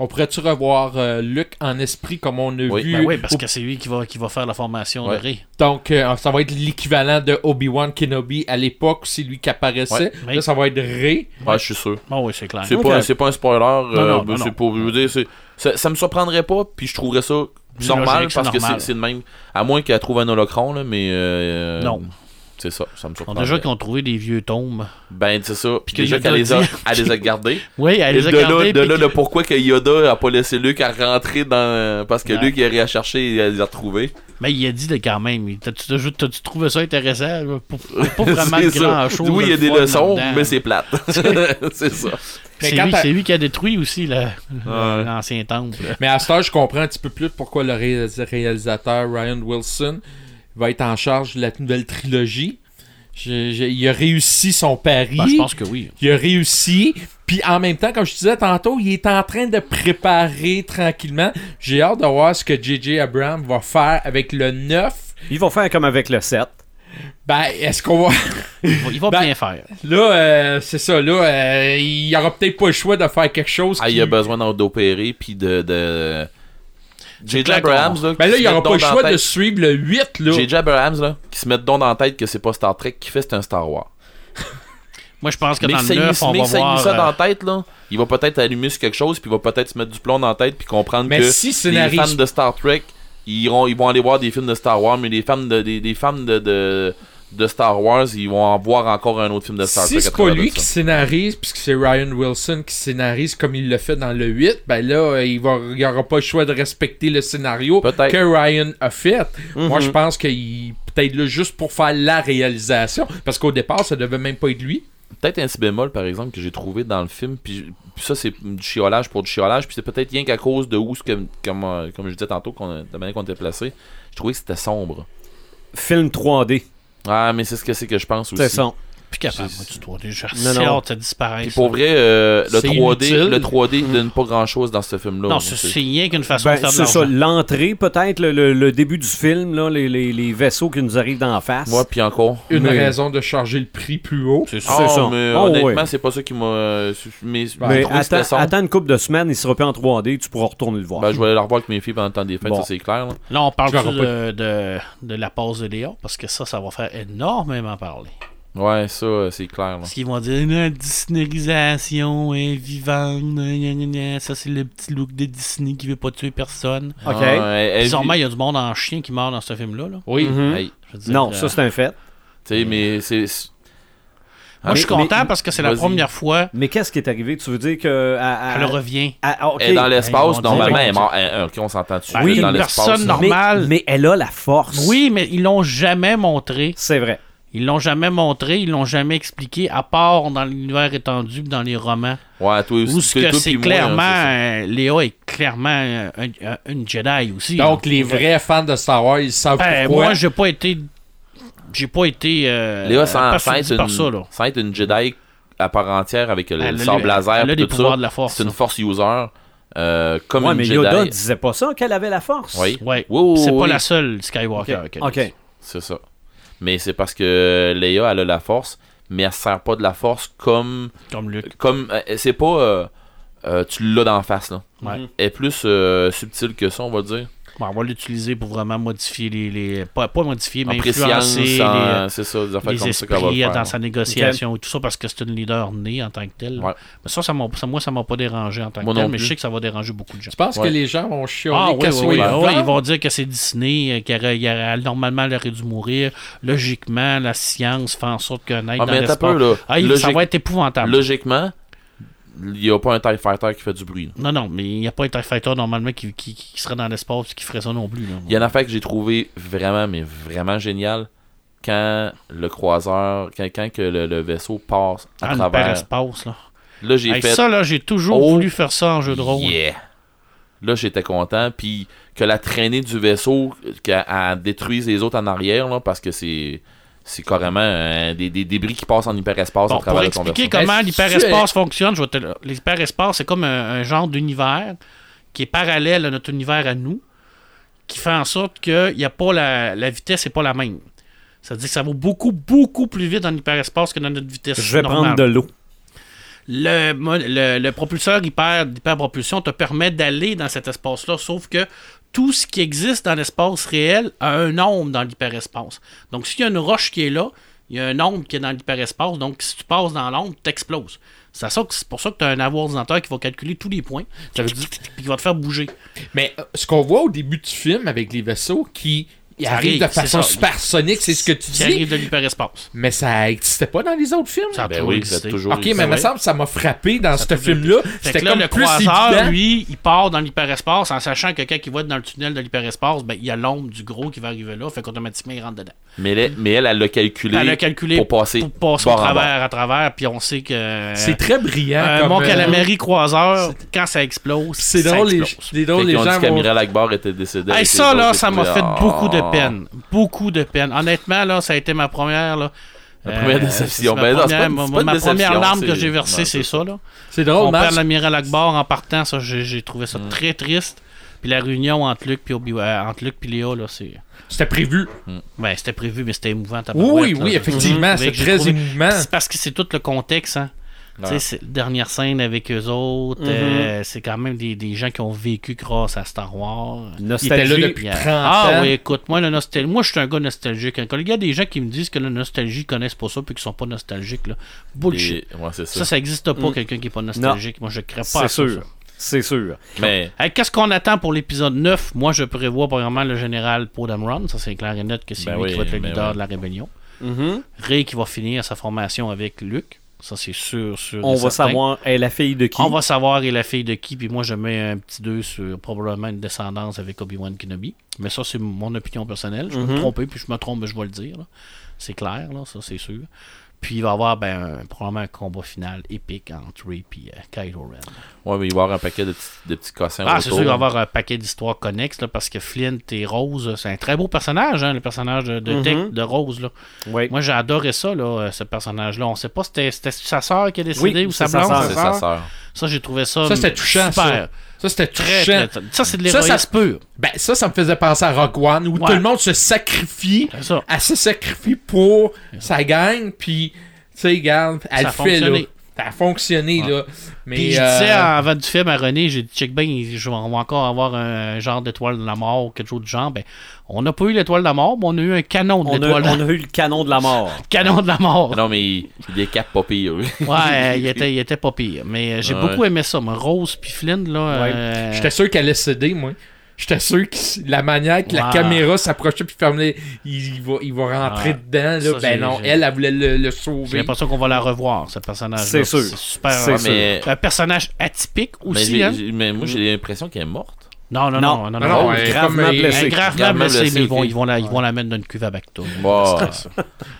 On pourrait-tu revoir euh, Luc en esprit comme on a Oui, vu? Ben oui, parce au- que c'est lui qui va, qui va faire la formation Ouais. de Ray. Donc, euh, ça va être l'équivalent de Obi-Wan Kenobi à l'époque, c'est lui qui apparaissait. Ouais. Là, ça va être Rey. Ouais, je suis sûr Bon, Ah oui, c'est clair. c'est Ok. pas c'est pas un spoiler euh, non, non, c'est non. pour vous dire c'est- ça, ça me surprendrait pas puis je trouverais ça C'est normal logique, c'est parce que c'est normal. c'est le même à moins qu'elle trouve un holocron là, mais euh, Non. c'est ça ça me On a déjà surprendrait qu'ils ont trouvé des vieux tombes. ben c'est ça puis que déjà Yoda qu'elle les a dit- elle les a gardés Oui, elle Et les a de là, gardés, de puis là que- le pourquoi que Yoda a pas laissé Luke à rentrer dans. Parce que Ouais. Luke, il a chercher et il les a retrouvés. Mais il a dit de quand même. il- T'as-tu t'as- t'as-tu trouvé ça intéressant? là? Pas- Pas vraiment C'est grand ça. chose. Oui, il y a de des fun leçons, là-dedans. mais c'est plate. c'est ça. Mais C'est quand lui, t'as- c'est lui qui a détruit aussi la- Ouais. l'ancien temple. Mais à ce stade, je comprends un petit peu plus pourquoi le ré- réalisateur Ryan Wilson va être en charge de la nouvelle trilogie. Je- je- il a réussi son pari. Ben, je pense que oui. Il a réussi. Puis en même temps, comme je te disais tantôt, il est en train de préparer tranquillement. J'ai hâte de voir ce que J.J. Abrams va faire avec le 9. Ils vont faire comme avec le 7. Ben, est-ce qu'on va. Il va, il va Ben- bien faire. Là, euh, c'est ça. Là, euh, il y aura peut-être pas le choix de faire quelque chose. Ah, qui- il a besoin d'en- d'opérer puis de. de... J.J. clair qu'on- Abrams, là. Ben qui là, se il y aura mette pas le donc dans choix la de tête- suivre le 8. Là. J.J. Abrams, là, qui se mettent donc dans la tête que c'est pas Star Trek, qui fait c'est un Star Wars. Moi, je pense que Mais dans que ça y le met 9, on mais va que ça y met voir. ça dans euh, la tête, là, il va peut-être allumer sur quelque chose, puis il va peut-être se mettre du plomb dans la tête, puis comprendre Mais que si ça les n'arrive- fans de Star Trek, ils, iront- ils vont aller voir des films de Star Wars, mais les femmes de, des, des femmes de, de, de Star Wars, ils vont en voir encore un autre film de Star Si Trek. à c'est pas travers de lui ça. qui scénarise, puisque c'est Ryan Wilson qui scénarise comme il le fait dans le 8, ben là, euh, il va, il y aura pas le choix de respecter le scénario Peut-être. Mhm. que Ryan a fait. Moi, je pense qu'il peut-être là juste pour faire la réalisation, parce qu'au départ, ça devait même pas être lui. Peut-être un petit bémol, par exemple, que j'ai trouvé dans le film, puis puis ça, c'est du chiolage pour du chiolage, puis c'est peut-être rien qu'à cause de où, ce que- comme, euh, comme je disais tantôt, qu'on a- de la manière qu'on était placé, je trouvais que c'était sombre. Film 3D. Ah, mais c'est ce que c'est que je pense aussi. C'est ça. Plus capable, C'est- moi, du 3D. J'ai Non, assez non. hâte que ça disparaisse. Puis pour vrai, euh, le C'est 3D, inutile. le 3D donne pas grand chose dans ce film-là. Non, Moi, c'est c'est- c'est rien qu'une façon Ben, de faire de c'est ça, l'argent. l'entrée peut-être, le, le- le début du film, là, les, les- les vaisseaux qui nous arrivent d'en face. Moi, puis encore. Une Mais- raison de charger le prix plus haut. C'est Ah, ça. mais Oh, honnêtement, ouais. c'est pas ça qui m'a. euh, su- Mais, j'ai Mais trouvé que c'était attends, sombre. attends une couple de semaines, il sera plus en 3D, tu pourras retourner le voir. Ben, je vais aller le revoir avec mes filles pendant le temps des fêtes, Bon. ça c'est clair. là. Là, on parle Je l'aurai de, de, de la pause de Léa, parce que ça, ça va faire énormément parler. Ouais, ça, euh, c'est clair. là. Parce qu'ils vont dire la Disneyisation est vivante. gna, gna, gna, gna. Ça, c'est le petit look de Disney qui veut pas tuer personne. OK. Ah, elle- elle Sûrement, vit- il y a du monde en chien qui meurt dans ce film-là. là. Oui. Mhm. Hey, Je veux dire, Non, euh, ça c'est un fait. tu sais, mais c'est. c'est- Moi, je suis Mais- mais- content parce que c'est la vas-y. première fois Mais qu'est-ce qui est arrivé? Tu veux dire que... à- à- qu'elle revient. à- ah, ok. Elle est dans l'espace, Ils vont normalement, dire- elle est morte. Elle- elle- ok, on s'entend dessus. Oui, elle est dans une l'espace, personne là. Mais- normale. Mais elle a la force. Oui, mais ils l'ont jamais montré. C'est vrai. Ils l'ont jamais montré, ils l'ont jamais expliqué, à part dans l'univers étendu, dans les romans. Ouais, toi Où ce toi- que toi c'est puis moi, là, clairement, c'est euh, Léa est clairement euh, un- un- une Jedi aussi. Donc, là. les vrais fans de Star Wars, ils savent Ben, pourquoi. moi, j'ai pas été. J'ai pas été. ça. Euh, Léa, sans, sans persuadé être une, par ça, là. sans être une Jedi à part entière avec le Elle a sable le- laser elle a et des tout pouvoirs ça, de la force, c'est une ça. force user. euh, comme Ouais, une mais Jedi. Yoda disait pas ça, qu'elle avait la force. Oui. Ouais. Oui, oui, c'est oui, pas oui. la seule Skywalker. OK. qu'elle OK. est. C'est ça. Mais c'est parce que Léa, elle a la force, mais elle se sert pas de la force comme. Comme Luke. comme euh, c'est pas. euh, euh, tu l'as d'en face, là. Ouais. Mhm. Elle est plus euh, subtile que ça, on va dire. Bon, on va l'utiliser pour vraiment modifier les. les- pas, pas modifier, En mais préscience, influencer les, en- c'est ça, des affaires les comme ça qu'elle va esprits faire. dans sa négociation et tout ça parce que c'est une leader née en tant que telle. Ouais. Mais ça, ça m'a- ça, moi, ça m'a pas dérangé en tant Moi que telle, non mais je plus. sais que ça va déranger beaucoup de gens. Tu penses Ouais. que les gens vont chialer Ah oui, qu'elle oui, soit oui, vivante? oui, ils vont dire que c'est Disney, euh, qu'elle aurait- il aurait- normalement elle aurait dû mourir. Logiquement, la science fait en sorte qu'un être Ah, dans mais t'as l'espace... peu, là. Ah, il- ça Logique- va être épouvantable. Logiquement, il n'y a pas un E TIE Fighter qui fait du bruit. là. Non, non, mais il n'y a pas un TIE Fighter normalement qui, qui, qui serait dans l'espace et qui ferait ça non plus. là. Il y a une affaire que j'ai trouvé vraiment, mais vraiment géniale quand le croiseur, quand, quand que le, le vaisseau passe à Ah, le travers. perespace, là. Là, j'ai Hey, fait. Ça, là, j'ai toujours Oh, voulu faire ça en jeu de rôle. Yeah! Là, j'étais content. Puis que la traînée du vaisseau, qu'elle elle détruise les autres en arrière, là, parce que c'est. C'est carrément euh, des, des débris qui passent en hyperespace Bon, à travers pour de ton expliquer vaisseau. comment Est-ce l'hyperespace fonctionne, je vais te le- l'hyperespace, c'est comme un, un genre d'univers qui est parallèle à notre univers à nous, qui fait en sorte que y a pas la, la vitesse n'est pas la même. Ça veut dire que ça va beaucoup, beaucoup plus vite dans l'hyperespace que dans notre vitesse Je vais normale. prendre de l'eau. Le, mo- le, le propulseur hyper, d'hyperpropulsion te permet d'aller dans cet espace-là, sauf que tout ce qui existe dans l'espace réel a un nombre dans l'hyperespace. Donc, s'il y a une roche qui est là, il y a un nombre qui est dans l'hyperespace. Donc, si tu passes dans l'ombre, t'exploses. C'est ça que- c'est pour ça que tu as un ordinateur qui va calculer tous les points, ça veut dire, puis qui va te faire bouger. Mais euh, ce qu'on voit au début du film avec les vaisseaux qui ils Ça arrivent arrive, de façon c'est ça. supersonique, c'est ce que tu Qui dis. arrive de l'hyperespace. Mais ça n'existait pas dans les autres films. Ça a Ben toujours oui, existé. Ah c'est toujours. Ok, mais existé. il me semble que ça m'a frappé dans Ça ce peut film-là. Fait que C'était là, comme le plus croiseur, évident. lui, il part dans l'hyperespace en sachant que quand il va être dans le tunnel de l'hyperespace, ben, il y a l'ombre du gros qui va arriver là, fait qu'automatiquement, il rentre dedans. Mais elle, mais elle, elle l'a calculé, Elle a calculé pour passer, au bord en bord. travers, à travers, puis on sait que C'est très brillant. un comme, mont euh, calamari croiseur, quand ça explose, C'est ça drôle, les, explose. les Fait drôles, les qu'ils ont gens dit vont... qu'Amiral Akbar était décédé. Hey, avec ça, les là, autres, ça j'ai m'a trouvé, fait ah, beaucoup de peine. Beaucoup de peine. Honnêtement, là, ça a été ma première. Là, La première déception. c'est Ben ma non, c'est première, pas- ma- c'est pas une ma première déception, larme que c'est- j'ai versée, non, c'est c'est ça. Là. C'est On drôle, perd Max. l'amiral Akbar en partant, ça, j'ai j'ai trouvé Mm. ça très triste. Puis la réunion entre Luc puis Obi- euh, entre Luc puis Léa, là, c'est. C'était prévu. Ben, c'était prévu, mais c'était émouvant. tabarouette, Oui, là. oui, Je- effectivement. je trouvais C'est que j'ai très trouvé- émouvant. C'est parce que c'est tout le contexte. Hein. Tu sais, Ouais. c'est la dernière scène avec eux Mm-hmm. autres. euh, c'est quand même des, des gens qui ont vécu grâce à Star Wars. Il était là Nostalgie. depuis 30 Puis, euh, ans. ah oui, écoute, moi, le nostal... moi je suis un gars nostalgique. hein. Quand il y a des gens qui me disent que la nostalgie, ils connaissent pas ça puis qu'ils sont pas nostalgiques, là. bullshit. Et- Ouais, c'est ça. Ça, ça n'existe Mm. pas, quelqu'un qui est pas nostalgique. Moi, je crée pas à ça, C'est sûr. ça. C'est sûr. Mais Hey, Qu'est-ce qu'on attend pour l'épisode 9 Moi, je prévois premièrement le général Poe Dameron. Ça, c'est clair et net que c'est Ben lui qui oui, va être le ben leader oui. de la rébellion. Mm-hmm. Mhm. Ray qui va finir sa formation avec Luc. Ça, c'est sûr, sûr. On et va certain. savoir, elle est la fille de qui? On va savoir et la fille de qui. Puis moi, je mets un petit 2 sur probablement une descendance avec Obi-Wan Kenobi. Mais ça, c'est mon opinion personnelle. Je peux me Mhm. tromper, puis je me trompe, mais je vais le dire. là. C'est clair, là, ça, c'est sûr. Puis il va y avoir ben, un- probablement un combat final épique entre Ray et Kylo Ren. ouais, mais il va y avoir un paquet de petits, de petits cossins. Ah, autour. c'est sûr qu'il va y avoir un paquet d'histoires connexes là, parce que Flint et Rose, euh, c'est un très beau personnage, hein, le personnage de, de Mhm. Tech, de Rose. Là. Oui. Moi, j'ai adoré ça, là, euh, ce personnage-là. On sait pas si c'était c'était sa sœur qui est décédée Oui, ou sa c'est sa blonde. sœur. C'est sa sœur. Ça, j'ai trouvé ça. Ça, c'était touchant, Super. Ça, c'était Très, touchant. très, très- Ça, c'est de Ça, ça- l'héroïsme pur. Ben, ça, ça me faisait penser à Rogue One, où Ouais. tout le monde se sacrifie. C'est ça. Elle se sacrifie pour sa gang, puis, tu sais, regarde, elle Ça le a fait, là. fonctionné. ça a fonctionné, Ouais. là. Mais, Puis je euh, disais avant du film à René, j'ai dit check bien, je vais- on va encore avoir un genre d'étoile de la mort ou quelque chose du genre. Ben, on n'a pas eu l'étoile de la mort, mais on a eu un canon de On a, l'étoile de... on a eu le canon de la mort. canon de la mort. Non, mais il, il décape pas pire. lui. Ouais, euh, il était, il était pas pire. Mais euh, j'ai Ouais. beaucoup aimé ça. moi. Rose puis Flynn, là. Ouais. euh, J'étais sûr qu'elle allait céder, moi. J'étais sûr que s- la manière que la Wow. caméra s'approchait puis fermait, il, il va, il va rentrer Ah. Ouais. dedans. Là. Ça, j'ai- ben non, j'ai- elle, elle voulait le, le J'ai sauver. l'impression qu'on va la revoir, ce personnage. C'est sûr. C'est super. C'est hein. sûr. mais, Un personnage atypique mais, aussi. j'ai- hein. j'ai- mais moi, j'ai l'impression qu'elle est morte. Non, non, non, non, non. eh, Non, non, ouais. gravement comme il- Elle est blessé. gravement Gravement blessée, blessée, mais ils vont, ok. ils vont la, ils vont la mettre dans une cuve à Bacto. Bon.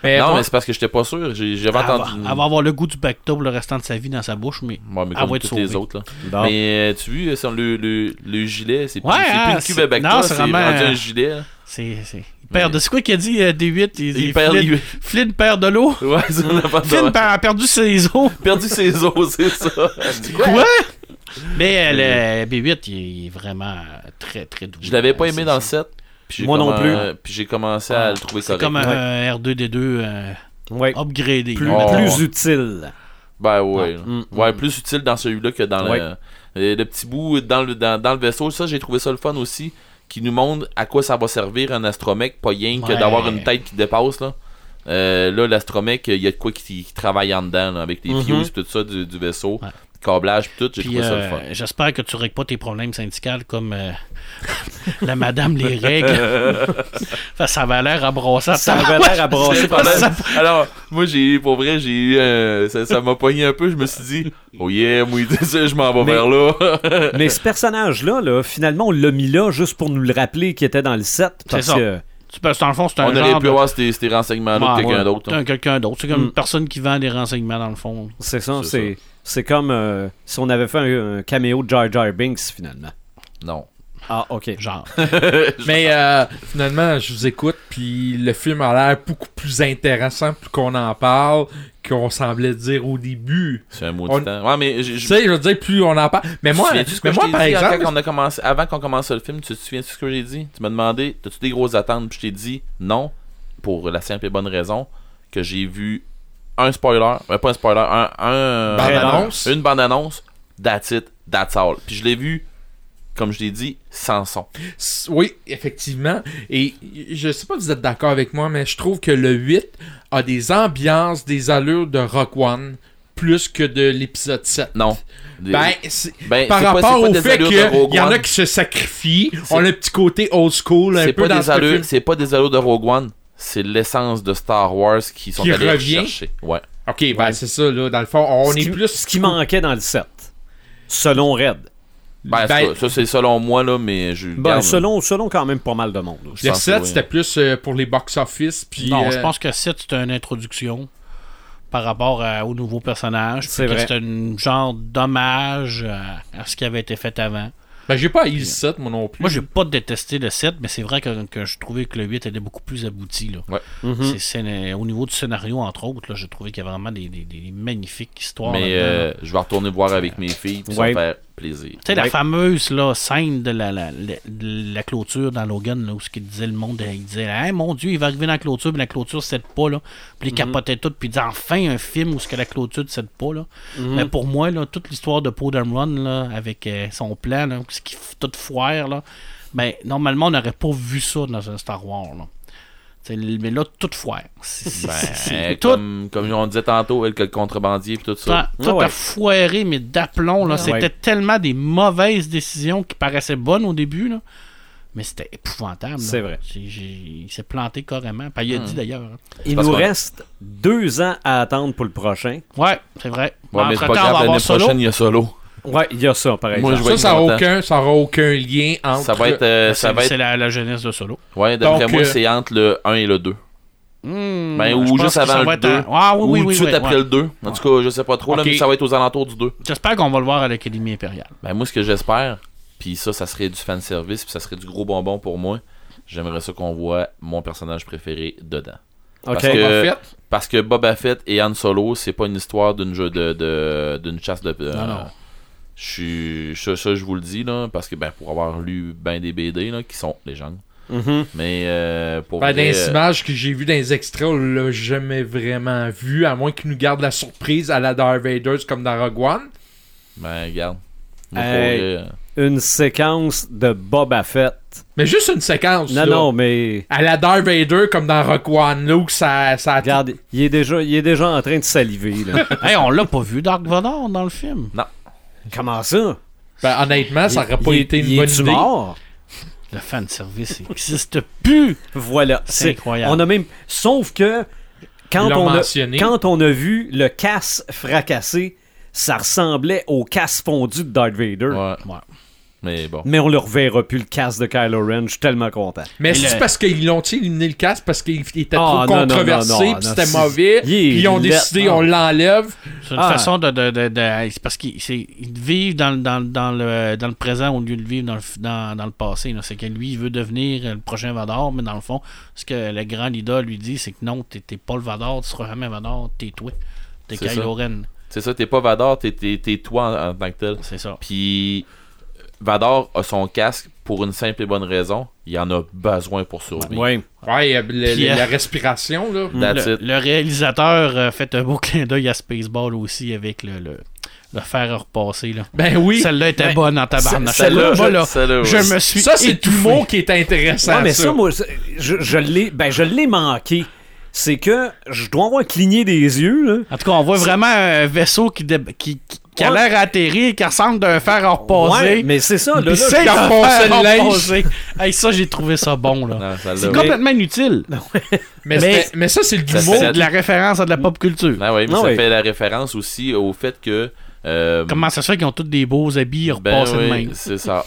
Mais non, bon, mais c'est parce que j'étais pas sûr. J'ai- J'avais Elle, va, entendu. elle va avoir le goût du Bacto pour le restant de sa vie dans sa bouche, mais. Ouais, mais elle va comme être tous les sauvée. Ah. autres. Là. Bon. Mais euh, tu vois, sur le, le, le gilet, c'est plus, Ouais, c'est hein, plus une c'est- cube à Bacta, non, c'est c'est vraiment- rendu un gilet. là. C'est. c'est- Il perd de. C'est quoi qu'il a dit euh, D8 il, Il perd Flynn, les... Flynn perd de l'eau. Ouais, ça n'a pas de- Flynn perd- a perdu ses os. perdu ses os, c'est ça. Quoi? Mais euh, le B8, il est vraiment très très doux. Je l'avais pas aimé dans le set. puis j'ai Moi non commen- plus. euh, Puis j'ai commencé à le trouver C'est correct. comme un Ouais. euh, R2D2 euh, Ouais. upgradé. Plus, Oh. plus utile. Ben ouais. là. Mm. Ouais, plus utile dans celui-là que dans Ouais. le, euh, le petit bout dans le, dans, dans le vaisseau. Ça, j'ai trouvé ça le fun aussi. Qui nous montre à quoi ça va servir un astromec, pas rien que Ouais. d'avoir une tête qui dépasse. Là, Euh, là l'astromec, il y a de quoi qui, qui travaille en dedans, là, avec les Mhm. fuse tout ça du, du vaisseau, Ouais. câblage, pis tout. J'ai Puis trouvé ça le euh, fun. j'espère que tu règles pas tes problèmes syndicaux comme euh, la madame les règles. ça avait l'air abrassant. Ça avait l'air à brasser. C'est pas mal. Alors, moi, j'ai pour vrai, j'ai eu, euh, ça, ça m'a pogné un peu. Je me suis dit, oh yeah, moi, je m'en vais Mais- vers là. Mais ce personnage-là, là, finalement, on l'a mis là juste pour nous le rappeler qu'il était dans le set. Parce ça. que. Tu penses, dans le fond, c'est un On aurait genre pu de- avoir ces, ces renseignements-là de Ouais, quelqu'un ouais. d'autre. hein. Un quelqu'un d'autre. C'est comme Mm. une personne qui vend des renseignements dans le fond. C'est ça, C'est c'est c'est comme euh, si on avait fait un, un caméo de Jar Jar Binks finalement. Non. Ah, ok. Genre. mais, euh, finalement, je vous écoute, puis le film a l'air beaucoup plus intéressant plus qu'on en parle qu'on semblait dire au début. C'est un mot de On- temps. Ouais, mais je- Tu je- sais, je veux dire, plus on en parle. Mais tu moi, te souviens-tu ce que mais je moi t'ai par dit hein, quand- exemple, quand on a commencé, avant qu'on commence le film, tu te souviens de ce que j'ai dit Tu m'as demandé, as-tu des grosses attentes Puis je t'ai dit non, pour la simple et bonne raison que j'ai vu un spoiler, euh, pas un spoiler, un, un- Bande-annonce. une bande annonce. That's it, that's all. Puis je l'ai vu, comme je l'ai dit, sans son. S- Oui, effectivement. Et je sais pas si vous êtes d'accord avec moi, mais je trouve que le 8 a des ambiances, des allures de Rock One plus que de l'épisode 7. Non. Des- Ben, c'est- ben, par c'est pas- rapport c'est pas au des fait allures de qu'il Rogue y en a One. qui se sacrifient, C'est- on a un petit côté old school un c'est peu pas, dans des ce film. allures, c'est pas des allures de Rogue One, c'est l'essence de Star Wars qui sont Qui allés revient. chercher. Ouais. Ok, ben c'est ça, là, dans le fond, on ce est qui, plus... ce qui manquait dans le set, selon Red. Ben, Ben- ça, ça, c'est selon moi là, mais je Ben, garde- selon, selon quand même pas mal de monde. là. je Le pense que 7, oui. c'était plus euh, pour les box-office, puis... non, euh, je pense que 7, c'est une introduction par rapport à- au nouveau personnage. puis C'est que vrai. C'est un genre d'hommage à, à ce qui avait été fait avant. Ben, j'ai pas haï le 7, moi non plus. Moi, j'ai pas détesté le 7, mais c'est vrai que, que je trouvais que le 8 était beaucoup plus abouti. Là. Ouais. Mhm. C'est- c'est- au niveau du scénario, entre autres, là, j'ai trouvé qu'il y avait vraiment des, des- des magnifiques histoires. Mais là-dedans, là. euh, je vais retourner voir avec mes filles, puis ça Ouais. va faire plaisir. Tu sais, la Ouais. fameuse là, scène de la, la, la- de la clôture dans Logan, là, où ce qu'il disait le monde, il disait Hey, mon Dieu, il va arriver dans la clôture, puis la clôture cède pas. Là. Puis il capotait tout, puis il disait Enfin, un film où ce que la clôture cède pas. Là. Mais pour moi, là, toute l'histoire de Podem Run, là, avec euh, son plan, là, ce qui f- tout foire, là, ben, normalement, on n'aurait pas vu ça dans un Star Wars. Là. Tu sais, Mais là, tout foire. C'est- c'est- Ben, c'est- c'est- tout comme, comme on disait tantôt, elle, que le contrebandier puis tout ça. tout Ah ouais. a foiré, mais d'aplomb. là. Ah C'était ouais. tellement des mauvaises décisions qui paraissaient bonnes au début, là. mais c'était épouvantable. là. C'est vrai. J'ai- j'ai- Il s'est planté carrément. Puis il a Hmm. dit d'ailleurs. hein. Il Parce nous qu'on- reste deux ans à attendre pour le prochain. Ouais, c'est vrai. Ouais, mais c'est pas Entre-temps, ben, on va grave, l'année avoir solo. prochaine, il y a solo. Ouais, il y a ça, par Moi, exemple. je vais Ça, être ça aura content. aucun, ça aura aucun lien entre... Ça va être. euh, ben, C'est ça va être c'est la, la jeunesse de solo. ouais, d'après Donc, moi, euh, c'est entre le 1 et le 2. Hmm, Ben, je ou pense juste que ça avant va le être un- 2, Ah oui, oui, ou oui. tout oui, après ouais. le 2. En tout cas, je sais pas trop, là, Ok. mais ça va être aux alentours du 2. J'espère qu'on va le voir à l'Académie impériale. Ben, moi, ce que j'espère, puis ça, ça serait du fanservice, puis ça serait du gros bonbon pour moi. J'aimerais ça qu'on voit mon personnage préféré dedans. Ok. parce que- En fait, Parce que Boba Fett et Han Solo, c'est pas une histoire d'une jeu de, de- d'une chasse de. euh, Non, non. Je suis ça, ça, je vous le dis là, parce que ben pour avoir lu ben des BD là, qui sont légendes. Mhm. Mais euh, pour Ben, vrai, dans les euh, images que j'ai vues dans les extraits, on l'a jamais vraiment vu, à moins qu'ils nous gardent la surprise à la Darth Vaders comme dans Rogue One. ben, regarde. Moi, pour Hey. vrai, euh, Une séquence de Boba Fett. Mais juste une séquence. Non, là. non, mais. À la Darth Vader comme dans Rogue One, là, où ça, ça a Regarde, il est, déjà, il est déjà en train de saliver. Là. Hey, on l'a pas vu, Dark Vador, dans le film. Comment ça? Ben, honnêtement, ça aurait pas Il- été une il bonne est-tu idée. mort? Le fan service existe plus. Voilà. C'est incroyable. On a même... Sauf que quand Ils l'ont on, a, mentionné. quand on a vu le casse fracassé, ça ressemblait au casse fondu de Darth Vader. euh, ouais. Ouais. Mais bon. Mais on le reverra plus le casse de Kylo Ren. Je suis tellement content. Mais Et c'est le- parce qu'ils l'ont éliminé le casque parce qu'il il Ah, était trop non, non, non, non, controversé, non, puis c'était c'est- mauvais. il est Puis ils ont laid, décidé, hein. on l'enlève. C'est une Ah. façon de. de- de- de- c'est parce qu'ils c'est- ils vivent dans, le- dans, le- dans le, dans le présent au lieu de vivre dans le, f- dans, dans le passé. là. C'est que lui, il veut devenir euh, le prochain Vador, mais dans le fond, ce que le grand leader lui dit, c'est que non, t'es t'es pas le Vador, tu seras jamais Vador, t'es toi. T'es C'est Kylo Ren. C'est ça, t'es pas Vador, t'es, t'es- t'es toi en, en tant que tel. C'est ça. Puis Vador a son casque pour une simple et bonne raison. Il en a besoin pour survivre. Ouais. Ouais, euh, le- Puis, le- euh, la respiration, là. Mm. That's Le, it. le réalisateur euh, fait un beau clin d'œil à Spaceball aussi avec le, le, le fer à repasser. Là. Ben oui. Celle-là était Ben, bonne en tabarnak. Celle-là, Moi, là, celle-là, je ouais. me suis Ça, c'est tout étouffé. le mot qui est intéressant. Ouais, mais ça, ça. moi, c'est- je, je l'ai ben, je l'ai manqué. C'est que je dois avoir cligné des yeux. là. En tout cas, on voit vraiment un vaisseau qui, dé- qui, qui, qui a Ouais. l'air atterri, qui ressemble d'un fer à Ouais, repasser. mais c'est ça. Là, Puis là, c'est quand un on fer se à lèche. repasser. Hey, ça, j'ai trouvé ça bon, là. Non, celle-là, C'est oui. complètement inutile. Mais, Mais- c'était- mais ça, c'est le Ça mot. fait- C'est de la référence à de la pop culture. Ah ouais, mais Ah ça ouais. fait la référence aussi au fait que. euh, Comment ça se fait qu'ils ont tous des beaux habits ben repassés de oui, même? c'est ça.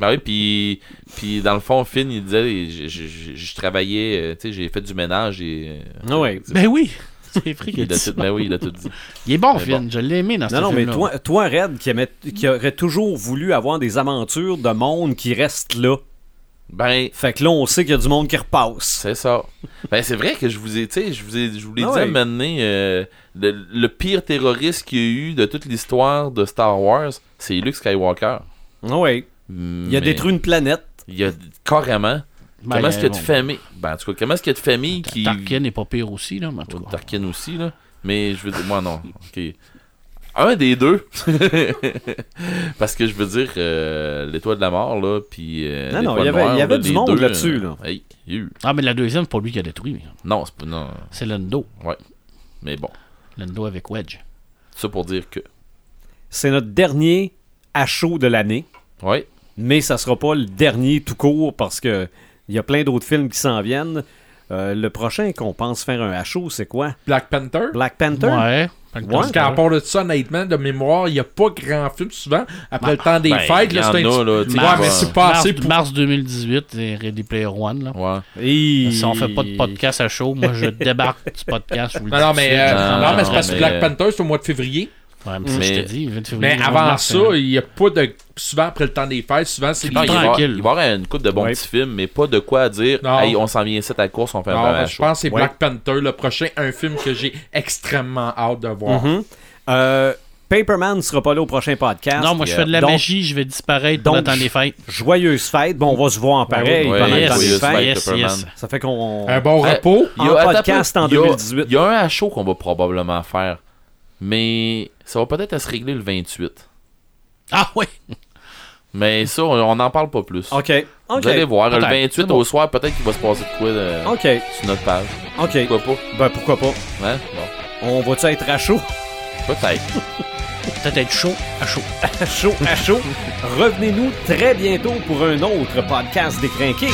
ben oui, puis, puis dans le fond, Finn, il disait je, je- je- je travaillais, euh, tu sais, j'ai fait du ménage et. euh, Ah ouais. Ben oui! C'est vrai qu'il il dit a ça. tout, ben oui, il a tout dit. Il est bon, Mais Finn. Je l'ai aimé dans ce Non, non, mais film-là. toi, toi Red, qui, aimait- qui aurait toujours voulu avoir des aventures de monde qui reste là. Ben, Fait que là, on sait qu'il y a du monde qui repasse. C'est ça. Ben, c'est vrai que je vous ai, tu sais, je vous ai, je vous l'ai Ah dit à un ouais. moment donné, euh, le, le pire terroriste qu'il y a eu de toute l'histoire de Star Wars, c'est Luke Skywalker. Ah ouais. Il a détruit une planète. Il a carrément. Ben, comment est-ce qu'il y a de bon, famille Ben, en tout cas, comment est-ce qu'il y a de famille qui. Oh, Tarkin n'est pas pire aussi, là, mais en tout cas. Tarkin aussi, là. Mais je veux dire, moi non. Ok. Un des deux. Parce que je veux dire, euh, l'étoile de la mort, là, puis. euh, Non, non, l'étoile il y avait- noire, il y avait là, du les monde deux, là-dessus, euh, là. hey, il y a eu. Ah, mais la deuxième, c'est pas lui qui a détruit. mais Non, c'est pas. Non. C'est Lando. Mais bon. Lando avec Wedge. Ça pour dire que. C'est notre dernier à chaud de l'année. Ouais. Mais ça sera pas le dernier tout court parce que il y a plein d'autres films qui s'en viennent. Euh, le prochain qu'on pense faire un à chaud, c'est quoi Black Panther. Black Panther Ouais. Parce qu'à part de ça, honnêtement, de mémoire, il n'y a pas grand film souvent. Après le temps des Ben, fêtes, y là, en c'est un a, petit- là, tu sais, Ouais, Mars- mais qui c'est va- pas mars, assez pour. mars 2018, c'est Ready Player One. Là. Ouais. Et- Si on fait pas de podcast à chaud, moi je débarque du podcast. Je vous le Non, dis non, tout de mais, suite, euh, je non, non, rentre mais c'est parce que mais- euh, Black Panther, c'est au mois de février. dans- Ouais, mais c'est ce que je Mais- te dis, 20 février, Mais on avant marque, ça, euh, il n'y a pas de. Souvent, après le temps des fêtes, souvent, c'est Non, il, va, Tranquille. il va y avoir une coupe de bons Ouais. petits films, mais pas de quoi dire Non. Hey, on s'en vient ici à la course, on fait un Non, vraiment Ah, je chaud. pense que c'est Ouais. Black Panther, le prochain, un film que j'ai extrêmement hâte de voir. Mm-hmm. Mhm. Euh, Paperman sera pas là au prochain podcast. Non, moi je fais de la Donc- magie, je vais disparaître pendant donc- le temps des fêtes. Joyeuse fête. Bon, on va se voir en pareil Ouais, ouais, pendant le temps Yes, des joyeuse yes, fêtes. yes, Superman. yes. Ça fait qu'on. Un bon Ouais. repos. En podcast en il y a- 2018. Il y a un à chaud qu'on va probablement faire, mais ça va peut-être se régler le 28. Ah oui! Mais ça, on- on n'en parle pas plus. OK. OK. Vous allez voir, le Peut-être. 28 C'est bon. au soir, peut-être qu'il va se passer de quoi euh, OK. sur notre page. OK. Pourquoi pas? Ben, pourquoi pas? Hein? Bon, On va-tu être à chaud? peut-être. Peut-être être chaud à chaud. À chaud, à chaud. Revenez-nous très bientôt pour un autre podcast décrinqué.